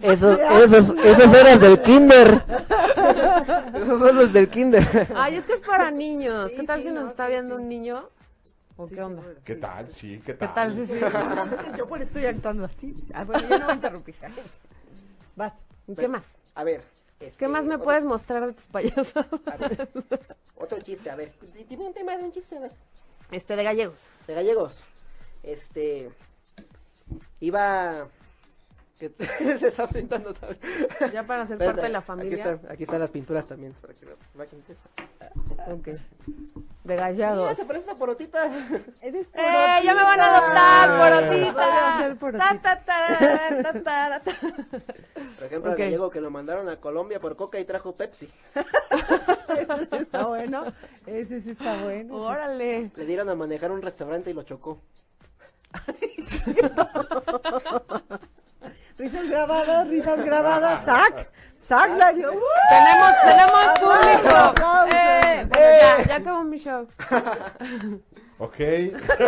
I: Esos, esos, esos eran del kinder. Esos son los del kinder.
F: Ay, es que es para niños.
D: Sí,
F: ¿Qué tal
D: sí,
F: si nos
D: no,
F: está
D: sí,
F: viendo
D: sí. Ah.
F: un niño? ¿O qué onda?
H: ¿Qué tal? Sí, ¿qué
F: ¿Qué
H: tal?
F: tal si sí?
D: Yo por eso estoy actuando así. Ah, bueno, yo no voy a interrumpir. Vas.
F: ¿Y ¿Qué más?
I: A ver. este,
F: ¿Qué más me
I: otro-
F: puedes mostrar de tus payasos?
I: a ver, Otro chiste, a ver. Dime Pues un tema de un chiste, a ver.
F: Este de gallegos.
I: de gallegos. Este iba que se está pintando también.
F: Ya para hacer
I: Espérate,
F: parte de la
I: Aquí,
F: familia.
I: están, aquí están las pinturas también. para que lo- para que-
F: Ok. De
I: Mira,
F: gallegos.
I: se parece a Porotita.
D: Eres
F: ¡Eh! ¡Ya me van a adoptar, porotita!
D: Voy a ser porotita.
F: Ta, ta, ta, ta, ta, ta, ta.
I: Por ejemplo,
F: Ok.
I: el gallego que lo mandaron a Colombia por coca y trajo Pepsi.
D: Ese sí está bueno. Ese sí está bueno.
F: Órale.
I: Le dieron a manejar un restaurante y lo chocó.
D: Risas grabadas, risas grabadas. ¡Sac! ¡Sac! La... ¡Uh!
F: Tenemos, tenemos público.
D: aplausos.
F: Eh, bueno, ya, ya acabó mi show.
H: Ok.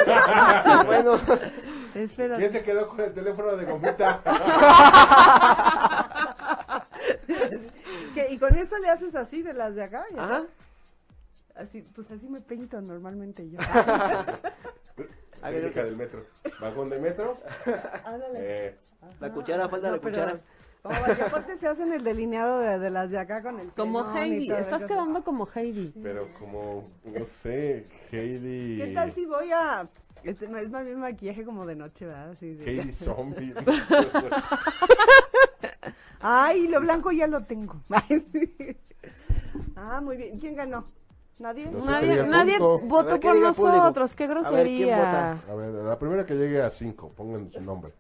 F: Ah.
I: bueno,
D: Espera.
H: ¿Quién se quedó con el teléfono de Gomita?
D: ¿Qué? ¿Y con eso le haces así de las de acá? ya?
F: Ah,
I: ajá.
D: Así, pues así me pinto normalmente yo.
I: A ver,
H: Técnica del metro. Vagón de metro.
D: Ándale.
H: Eh,
I: La cuchara, falta
D: No,
I: la
D: pero-
I: cuchara.
D: Como que aparte se hacen el delineado de, de las de acá con el
F: Como
D: frenón y
F: Heidi.
D: todo,
F: Estás
D: entonces,
F: quedando como Heidi.
H: pero como, no sé, Heidi.
D: ¿Qué tal si voy a.? Es, es más bien maquillaje como de noche, ¿verdad? Así de-
H: Heidi Zombie.
D: Ay, lo blanco ya lo tengo. ah, muy bien. ¿Quién ganó? ¿Nadie?
H: No sé.
F: Nadie,
H: Sería el
F: nadie
H: punto.
I: A ver,
F: votó
I: ¿qué
F: por
I: diga el público?
F: nosotros. Qué
I: A ver, ¿quién
F: grosería.
I: vota?
H: A ver, la primera que llegue a cinco, pongan su nombre.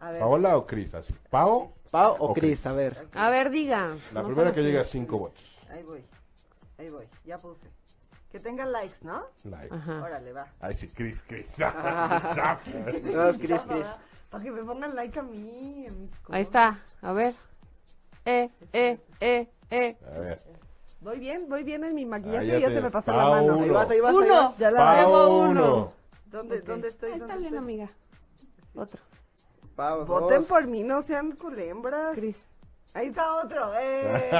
D: A ver.
H: Paola o Cris, así. Pao,
I: Pau o
H: Ok.
I: Cris, a ver.
F: A ver, diga.
H: la
F: No
H: primera
F: sean
H: que
F: así.
H: llegue a cinco votos.
D: Ahí voy. Ahí voy. Ya puse. Que tenga likes, ¿no?
H: Like.
F: Ajá.
D: Órale, va.
H: Ay, sí, Cris, Cris. Chapo.
I: No, Cris, Cris.
D: Para que me pongan like a mí. a mis cosas.
F: Ahí está. A ver. Eh, eh, eh, eh.
H: a ver.
D: Voy bien, voy bien en mi
H: Ah,
D: maquillaje
H: ya
D: y ya
H: te-
D: se me pasó
H: Pau,
D: la mano.
I: Ahí vas, ahí vas, ahí
F: Uno.
I: vas.
D: Ya la
F: Pau.
H: Pao
F: uno.
H: uno.
D: ¿Dónde, ¿Dónde estoy?
F: Ahí está
D: ¿Dónde
F: bien,
D: estoy?
F: amiga. Otro.
I: Pau,
D: Voten
I: dos.
D: por mí, no sean culembras.
F: Cris.
D: Ahí está otro. ¡eh!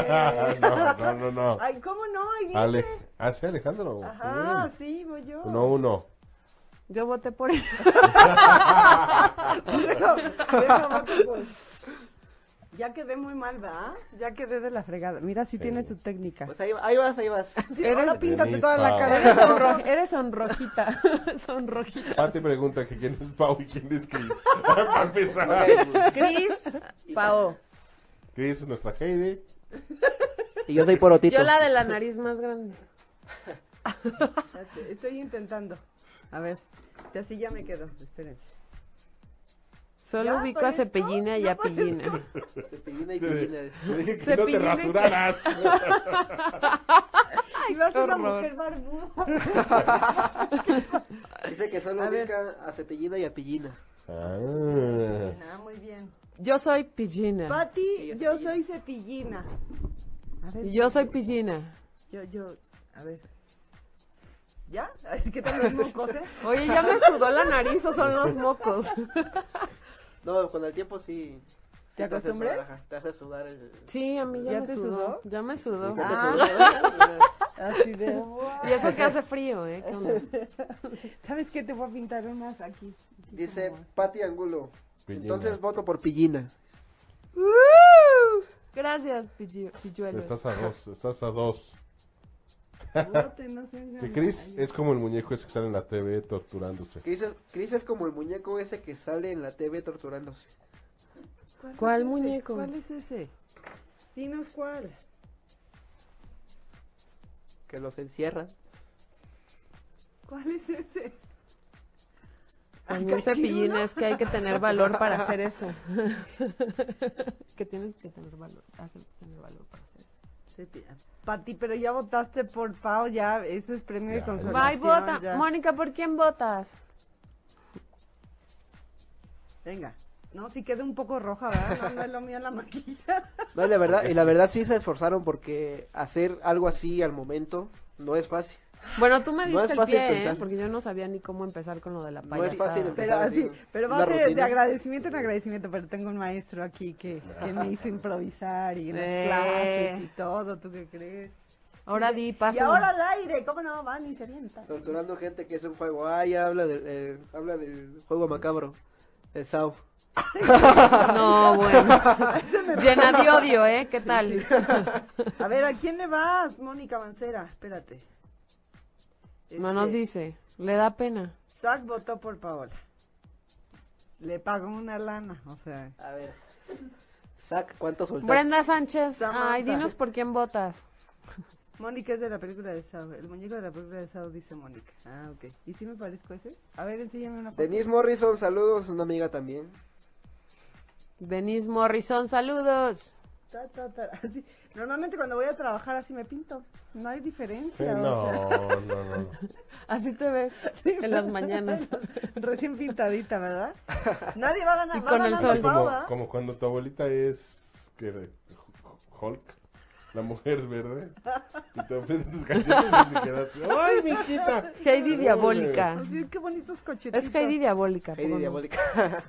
H: no, no, no, no.
D: Ay, ¿cómo no? Ahí dice.
H: Ale. Ah, sí, Alejandro.
D: Ajá,
H: Muy bien.
D: sí, voy yo.
H: Uno, uno.
F: Yo voté por él.
D: Deja- deja voto por- Ya quedé muy mal, ¿verdad? Ya quedé de la fregada. Mira, sí, tiene su técnica.
I: Pues ahí, ahí vas, ahí vas.
D: Sí, ahora
F: eres-
D: píntate
H: Denise
D: toda la
H: Pau.
F: Eres,
D: cara.
F: sonro- eres sonrojita. sonrojita.
H: Pati pregunta que quién es Pau y quién es Cris. Para empezar.
F: Cris, Pao.
H: Cris es nuestra Heidi.
I: Y yo soy porotito.
F: Yo la de la nariz más grande.
D: Espérate, Estoy intentando. A ver, ya sí ya me quedo. Espérense.
F: Solo
D: ¿Ya?
F: ubico
D: ¿Por
F: a
D: esto?
F: Cepellina y
D: ¿Ya
F: a
D: por
F: Pellina.
I: Cepillina y
H: Te
I: pillina.
H: te dije que no te
F: Cepillín.
H: rasuraras.
D: Ay, va a ser una
F: horror.
D: mujer barbuda.
I: Dice que solo
D: A ver.
I: ubica a Cepillina y a Pillina.
H: Ah.
D: Ah, muy bien.
F: Yo soy Pillina.
D: Pati,
I: Ella
D: yo
I: cepillina.
D: soy cepillina. A ver,
F: Y Yo soy Pillina.
D: yo, yo, a ver. ¿Ya? Así que tal vez mocos, ¿eh?
F: Oye, ya me sudó la nariz o son los mocos.
I: No, con el tiempo sí.
D: ¿Te
I: sí hace
D: acostumbras?
I: sudar, ajá, Te hace sudar el...
F: Sí, a mí ya,
D: ¿Ya
F: me
D: te
F: sudó.
D: sudó?
F: Ya me sudó.
I: Ya te
D: Ah.
I: sudó, ¿eh?
D: Así de.
F: Y eso que hace frío, ¿eh? ¿Qué onda?
D: ¿Sabes qué? Te voy a pintar unas aquí. aquí
I: Dice
D: como-
I: Pati Angulo.
H: Pillina.
I: Entonces voto por Pillina.
F: ¡Uh! Gracias, pillu- pilluelos.
H: Estás a dos, estás a dos.
D: Voten, no sean
H: Que
D: ganas.
H: Chris es como el muñeco ese que sale en la TV torturándose.
I: Cris es, Cris es como el muñeco ese que sale en la TV torturándose.
D: es
F: ¿Cuál
D: ese?
F: muñeco?
D: ¿Cuál es ese? Dinos cuál.
I: Que los encierran.
D: ¿Cuál es ese?
F: También Cepillina es Pues, que hay que tener valor para hacer eso. que tienes que tener valor. Has de tener valor para hacer eso.
D: Cepi- Pati, pero ya votaste por Pau, ya. Eso es premio de
H: Ya,
F: Bye,
D: consolación.
F: vota.
D: ya.
F: Mónica, ¿por quién votas?
D: Venga. No, si queda un poco roja, ¿verdad? No, no es lo mío la maquilla.
I: No, y la verdad, y la verdad sí se esforzaron porque hacer algo así al momento no es fácil.
F: Bueno, tú me
I: No
F: diste
I: es
F: el
I: fácil
F: pie, ¿eh?
I: pensar.
F: porque yo no sabía ni cómo empezar con lo de la
I: No es
F: payasada.
I: fácil
D: Pero
I: empezar
D: así,
I: así,
H: Pues,
D: pero va
I: una
D: a ser de
I: rutina.
D: agradecimiento en agradecimiento, pero tengo un maestro aquí que, que me hizo improvisar y en las
F: Eh.
D: clases y todo, ¿tú qué crees?
F: Ahora di,
D: Y
F: pasa.
D: ahora al aire, ¿cómo no van y se avientan?
I: Torturando gente que es un juego. Ay, habla del, eh, habla del juego macabro. El Sao.
F: No, bueno. Llena de odio, ¿eh? ¿Qué tal?
D: A ver, ¿a quién le vas, Mónica Mancera? Espérate.
F: No nos
D: Este,
F: dice. Le da pena.
D: Zach votó por Paola. Le pagó una lana, o sea.
I: A ver. Sac, ¿cuánto soltaste?
F: Brenda Sánchez.
D: Samantha.
F: Ay, dinos por quién votas.
D: Mónica es de la película de Sao. El muñeco de la película de Sao dice Mónica. Ah, ok. ¿Y si me parezco a ese? A ver, enséñame una foto.
I: Denise Morrison, saludos, una amiga también.
F: Denise Morrison, saludos.
D: Ta, ta, ta, así. Normalmente cuando voy a trabajar así me pinto. No hay
H: Sí,
D: diferencia. o sea,
H: no, no, no, no.
F: Así te ves
D: sí, pues,
F: en las mañanas.
D: Recién pintadita, ¿verdad? Nadie va a ganar.
F: Y
D: va
F: con el
D: ganando
F: sol.
D: Pau,
H: Como,
D: ¿verdad?
H: como cuando tu abuelita es que Hulk, la mujer verde, y te ofrecen tus cachetes y te quedas, ¡ay, mijita!
F: Heidi Diabólica.
D: Así, qué bonitos cochetitos.
F: Es Heidi Diabólica.
I: Heidi
F: ¿cómo no?
I: Diabólica.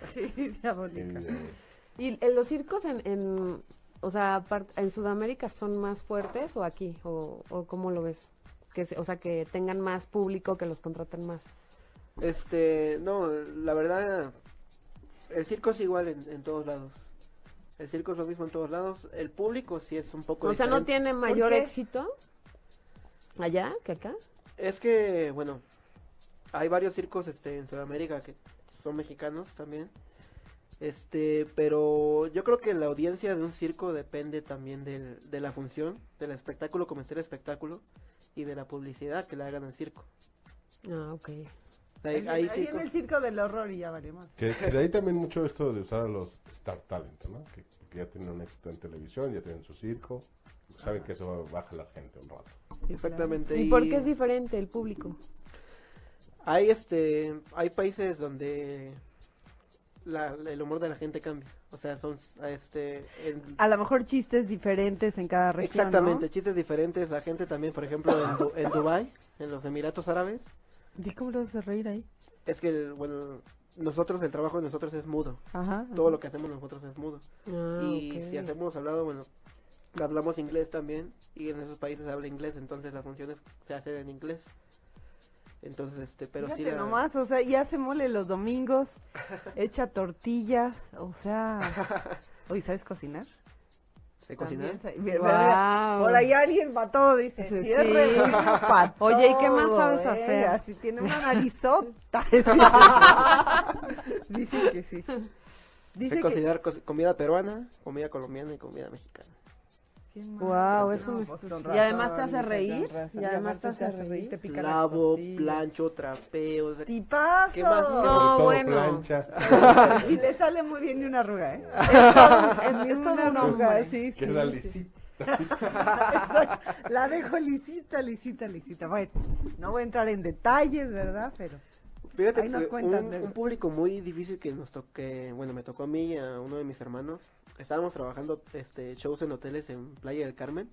D: Heidi Diabólica.
F: ¿Y en los circos en, en, o sea, apart- en Sudamérica son más fuertes o aquí? ¿O, o cómo lo ves? Que, se- o sea, que tengan más público, que los contraten más.
I: Este, no, la verdad, el circo es igual en, en todos lados. El circo es lo mismo en todos lados. El público sí es un poco
F: O sea, ¿no
I: diferente.
F: tiene mayor
D: qué?
F: éxito allá que acá?
I: Es que, bueno, hay varios circos este, en Sudamérica que son mexicanos también. Este, pero yo creo que la audiencia de un circo depende también del- de la función, del espectáculo, como esté el espectáculo, y de la publicidad que le hagan al circo.
F: Ah, ok.
I: Hay,
D: ahí
I: hay
D: en
I: circos-
D: el circo del horror y ya vale más.
H: Que, que de ahí también mucho esto de usar a los Star Talent, ¿no? Que, que ya tienen un éxito en televisión, ya tienen su circo, saben que eso baja la gente un rato.
D: Sí,
I: Exactamente.
F: ¿Y por qué es diferente el público?
I: Hay este, hay países donde la- la- el humor de la gente cambia. O sea, son este, en-
D: claro. A lo mejor chistes diferentes en cada región.
I: exactamente chistes diferentes. La gente también, por ejemplo, en, Du- en Dubai, en los Emiratos Árabes,
D: ¿no? ¿Y cómo lo haces reír ahí?
I: es que el- bueno, nosotros el trabajo de nosotros es mudo.
D: Ajá.
I: Todo lo que hacemos nosotros es mudo.
F: Ah,
I: y
F: ok.
I: si hacemos hablado, bueno, hablamos inglés también y en esos países habla inglés, entonces las funciones se hacen en inglés. Entonces, este, pero sí
D: Fíjate
I: la-
D: nomás, o sea, y hace mole los domingos, echa tortillas, o sea, hoy sabes cocinar.
I: se cocina.
D: También sa- ve- ve-
F: Guau.
D: Por ahí alguien para todo, dice.
F: Sí,
D: "Sí, es
F: sí.
D: re bueno pa'
F: Oye, ¿y qué más
D: todo,
F: sabes
D: eh?
F: hacer?
D: Así tiene una narizota. Dicen que sí.
I: Sé
D: Dice que...
I: cocinar co- comida peruana, comida colombiana y comida mexicana.
D: ¿Quién más?
F: Guau, es un
D: No, pues,
F: estuche.
D: con
F: Y
D: razón,
F: además te hace
D: hija, con
F: reír,
D: razón.
F: y además te hace reír.
D: te pica las
I: Lavo,
D: costillas.
I: plancho, trapeo. o sea,
D: Tipazo.
I: ¿Qué más?
F: No,
H: Sobre todo
F: bueno.
H: plancha,
D: Y le sale muy bien ni una arruga, ¿eh?
F: Es todo, es- es todo
D: Una
F: un
D: arruga,
F: hombre.
D: sí, sí,
H: queda
D: sí.
H: lisita.
D: Exacto. La dejo lisita, lisita, lisita. Bueno, no voy a entrar en detalles, ¿verdad? Pero
I: Fíjate
D: Ahí
I: que
D: nos cuentan
I: un,
D: luego.
I: un público muy difícil que nos toqué, bueno, me tocó a mí y a uno de mis hermanos. Estábamos trabajando este shows en hoteles en Playa del Carmen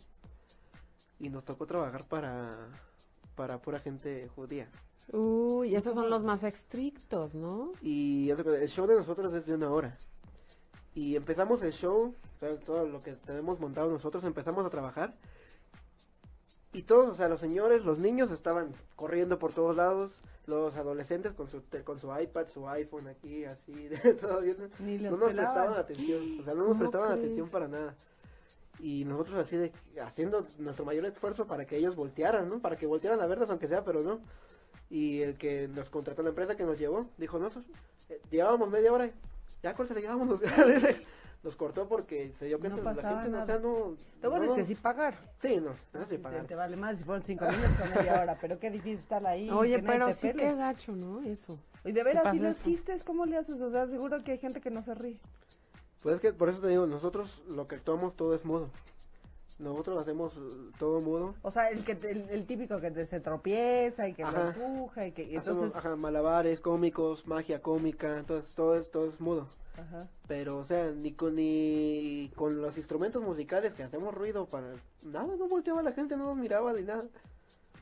I: y nos tocó trabajar para para pura gente judía.
F: Uy, esos son los más estrictos, ¿no?
I: Y haz de cuenta, el show de nosotros es de una hora. Y empezamos el show, o sea, todo lo que tenemos montado nosotros, empezamos a trabajar. Y todos, o sea, los señores, los niños estaban corriendo por todos lados, los adolescentes con su, te- con su iPad, su iPhone aquí, así, de todo viendo.
D: ni los
I: No nos
D: pelaban.
I: prestaban atención, o sea, no nos
F: ¿Cómo
I: prestaban
F: crees?
I: atención para nada. Y nosotros así de, haciendo nuestro mayor esfuerzo para que ellos voltearan, ¿no? Para que voltearan a vernos, aunque sea, pero no. Y el que nos contrató, la empresa que nos llevó, dijo, no, so- eh, llevábamos media hora, ya córtale, llevábamos. nos cortó porque se dio cuenta
D: No
I: de la
D: pasaba
I: gente, no, o
D: nada.
I: sea, no...
D: Lo bueno
I: no,
D: es que sí pagar.
I: Sí, no, no sí
D: Te-
I: pagaron.
D: Te vale más si fueron cinco minutos o media hora, pero qué difícil estar ahí.
F: Oye,
D: que nadie
F: pero
D: te
F: sí
D: pele.
F: que gacho, ¿no? Eso.
D: Y de
F: ¿Qué
D: veras,
F: pasa
D: ¿y los
F: eso?
D: chistes cómo le haces? O sea, seguro que hay gente que no se ríe.
I: Pues es que por eso te digo, nosotros lo que actuamos todo es mudo. Nosotros hacemos eh, todo mudo.
D: O sea, el que te- el, el típico que te- se tropieza y que lo
I: Ajá.
D: empuja y que y
I: Hacemos,
D: entonces...
I: ajá, malabares, cómicos, magia cómica, entonces todo es, todo es mudo.
D: Ajá.
I: Pero, o sea, ni con, ni con los instrumentos musicales que hacemos ruido para... Nada, no volteaba la gente, no nos miraba ni nada.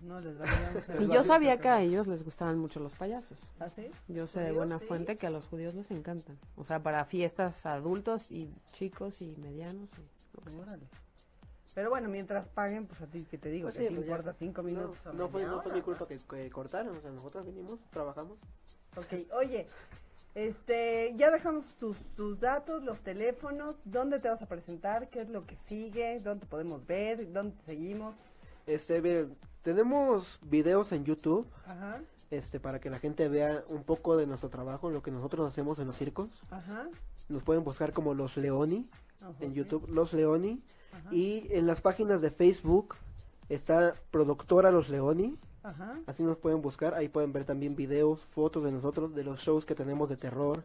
D: No les valía un cero.
F: Y yo sabía que a ellos les gustaban mucho los payasos.
D: ¿Ah, sí?
F: Yo sé de
D: Judíos,
F: buena
D: sí.
F: fuente que a los judíos les encantan. O sea, para fiestas adultos y chicos y medianos. y lo que sea.
D: Órale. Pero bueno, mientras paguen, pues a ti que te digo,
I: Pues
D: que
I: sí,
D: te
I: pues ya.
D: importa cinco minutos.
I: No,
D: o
I: no fue,
D: media
I: no fue
D: hora,
I: mi culpa que, que cortaron, o sea, nosotros vinimos, trabajamos.
D: Ok, oye, este, ya dejamos tus, tus datos, los teléfonos, dónde te vas a presentar, qué es lo que sigue, dónde te podemos ver, dónde te seguimos.
I: Este, miren, tenemos videos en YouTube,
D: Ajá,
I: este, para que la gente vea un poco de nuestro trabajo, lo que nosotros hacemos en los circos.
D: ajá.
I: Nos pueden buscar como Los Leoni,
D: ajá.
I: en YouTube, Los Leoni.
D: Ajá,
I: Y en las páginas de Facebook está Productora Los Leoni.
D: Ajá.
I: Así nos pueden buscar. Ahí pueden ver también videos, fotos de nosotros, de los shows que tenemos de terror,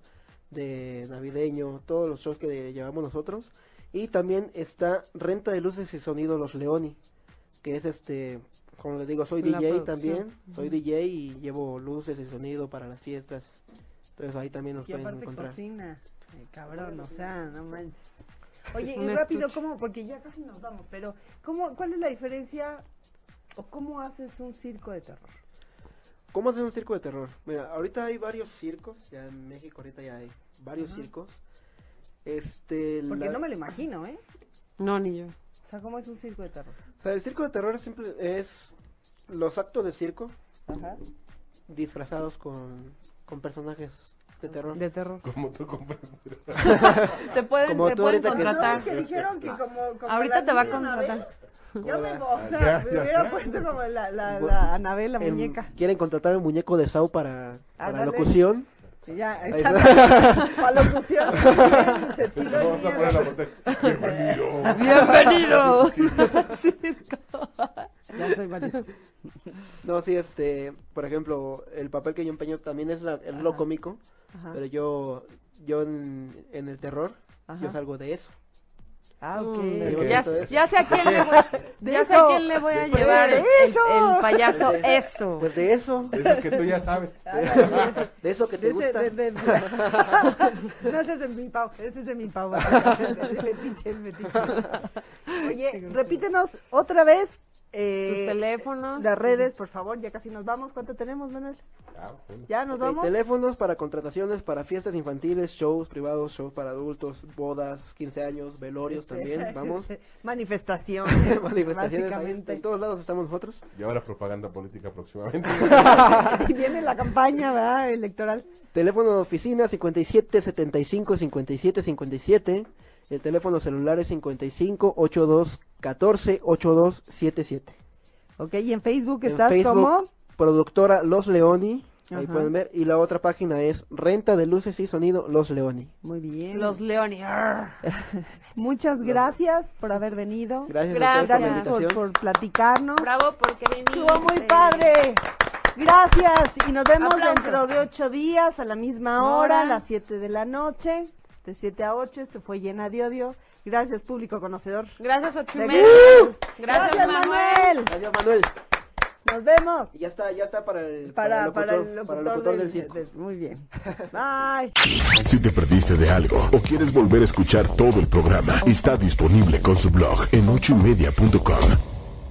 G: de navideño, todos los shows que llevamos nosotros. Y también está Renta de Luces y Sonido Los Leoni, que es este, como les digo, soy
F: La
G: DJ
F: producción.
G: también, soy DJ y llevo luces y sonido para las fiestas. Entonces ahí también nos
D: Y
G: pueden
D: aparte pues,
G: encontrar.
D: cocina, eh, cabrón, o sea, no manches. Oye, y
F: Un
D: rápido,
F: estuche.
D: ¿cómo? Porque ya casi nos vamos, pero ¿cómo, ¿cuál es la diferencia o cómo haces un circo de terror?
G: ¿Cómo hacer un circo de terror? Mira, ahorita hay varios circos, ya en México ahorita ya hay varios
D: Ajá.
G: circos. Este,
D: Porque
G: la-
D: no me lo imagino, ¿eh?
F: No, ni yo.
D: O sea, ¿cómo es un circo de terror?
G: o sea, el circo de terror es simple, es los actos de circo
D: Ajá.
G: disfrazados con, con personajes de terror.
F: De terror.
H: Como tú comprendes.
F: Te pueden,
G: Como
F: te
G: tú
F: pueden
G: ahorita que-
F: contratar.
D: No, que dijeron que como, como
F: Ahorita
D: la
F: te va a
D: niña Anabel,
F: contratar.
D: Yo me, o sea,
H: Ya,
D: me
H: ya,
D: hubiera
H: ya.
D: puesto como la, la,
G: Bueno,
D: la Anabel, la
G: Em,
D: muñeca.
G: Quieren contratar un muñeco de Sao para, para
D: Ándale.
G: locución.
D: Y ya,
G: está.
D: exacto. Para locución. muchachito de
H: Vamos a poner la
D: mierda.
H: botella. Bienvenido.
F: Bienvenido. Circo.
D: Ya soy María.
G: No, sí, este, por ejemplo, el papel que yo empeño también es, la- es lo
D: Ajá.
G: cómico,
D: Ajá.
G: pero yo, yo en, en el terror,
D: Ajá.
G: yo salgo de eso.
D: Ah, ok.
G: Mm,
F: Ya,
G: Entonces-
F: ya sé a quién le voy, ya sé a
D: eso.
F: quién le voy a
H: De
F: llevar el, el-
D: eso.
F: el payaso eso.
G: Pues de eso,
H: Es el que tú ya sabes.
G: de eso que
D: De
G: te
D: ese-
G: gusta.
D: de- de- de- no, ese es de mi pavo, ese es de mi pavo. El fetiche, el fetiche. Oye, repítenos otra vez. eh,
F: Tus teléfonos.
D: Las redes, por favor, ya casi nos vamos. ¿Cuánto tenemos, Manuel?
H: Ah, bueno.
D: ¿Ya nos
G: Ok,
D: vamos?
G: Teléfonos para contrataciones, para fiestas infantiles, shows privados, shows para adultos, bodas, 15 años, velorios también, vamos.
D: Este, Manifestaciones.
G: Manifestaciones, ahí,
D: básicamente.
G: en todos lados estamos nosotros.
H: Ya habrá propaganda política próximamente.
D: y viene la campaña, ¿verdad? Electoral.
G: Teléfono de oficina 57 75 57 57. El teléfono celular es 55 82 14 82 77.
D: Ok, y en Facebook
G: En
D: estás como.
G: productora Los Leoni. Ahí
D: Ajá.
G: pueden ver. Y la otra página es renta de luces y sonido Los Leoni.
D: Muy bien.
F: Los Leoni. arr.
D: Muchas gracias por haber venido.
G: Gracias, a ustedes por la
D: Gracias
F: Gracias.
G: invitación.
D: por, por platicarnos.
F: Bravo porque viniste.
D: Estuvo muy padre. Gracias. Y nos vemos
F: Aplausos.
D: dentro de ocho días a la misma hora,
F: Hora.
D: a las siete de la noche, de siete a ocho. Esto fue llena de odio. Gracias, público conocedor.
F: Gracias Ochumel.
D: ¡Uh!
F: Gracias, Manuel.
G: Gracias, Manuel.
D: Nos vemos.
G: Y ya está, ya está para el,
D: Para, para el
G: locutor-
D: locutor,
G: para el locutor
D: del-
G: del circo.
D: del- Muy bien. Bye.
A: Si te perdiste de algo o quieres volver a escuchar todo el programa, está disponible con su blog en ochoymedia.com.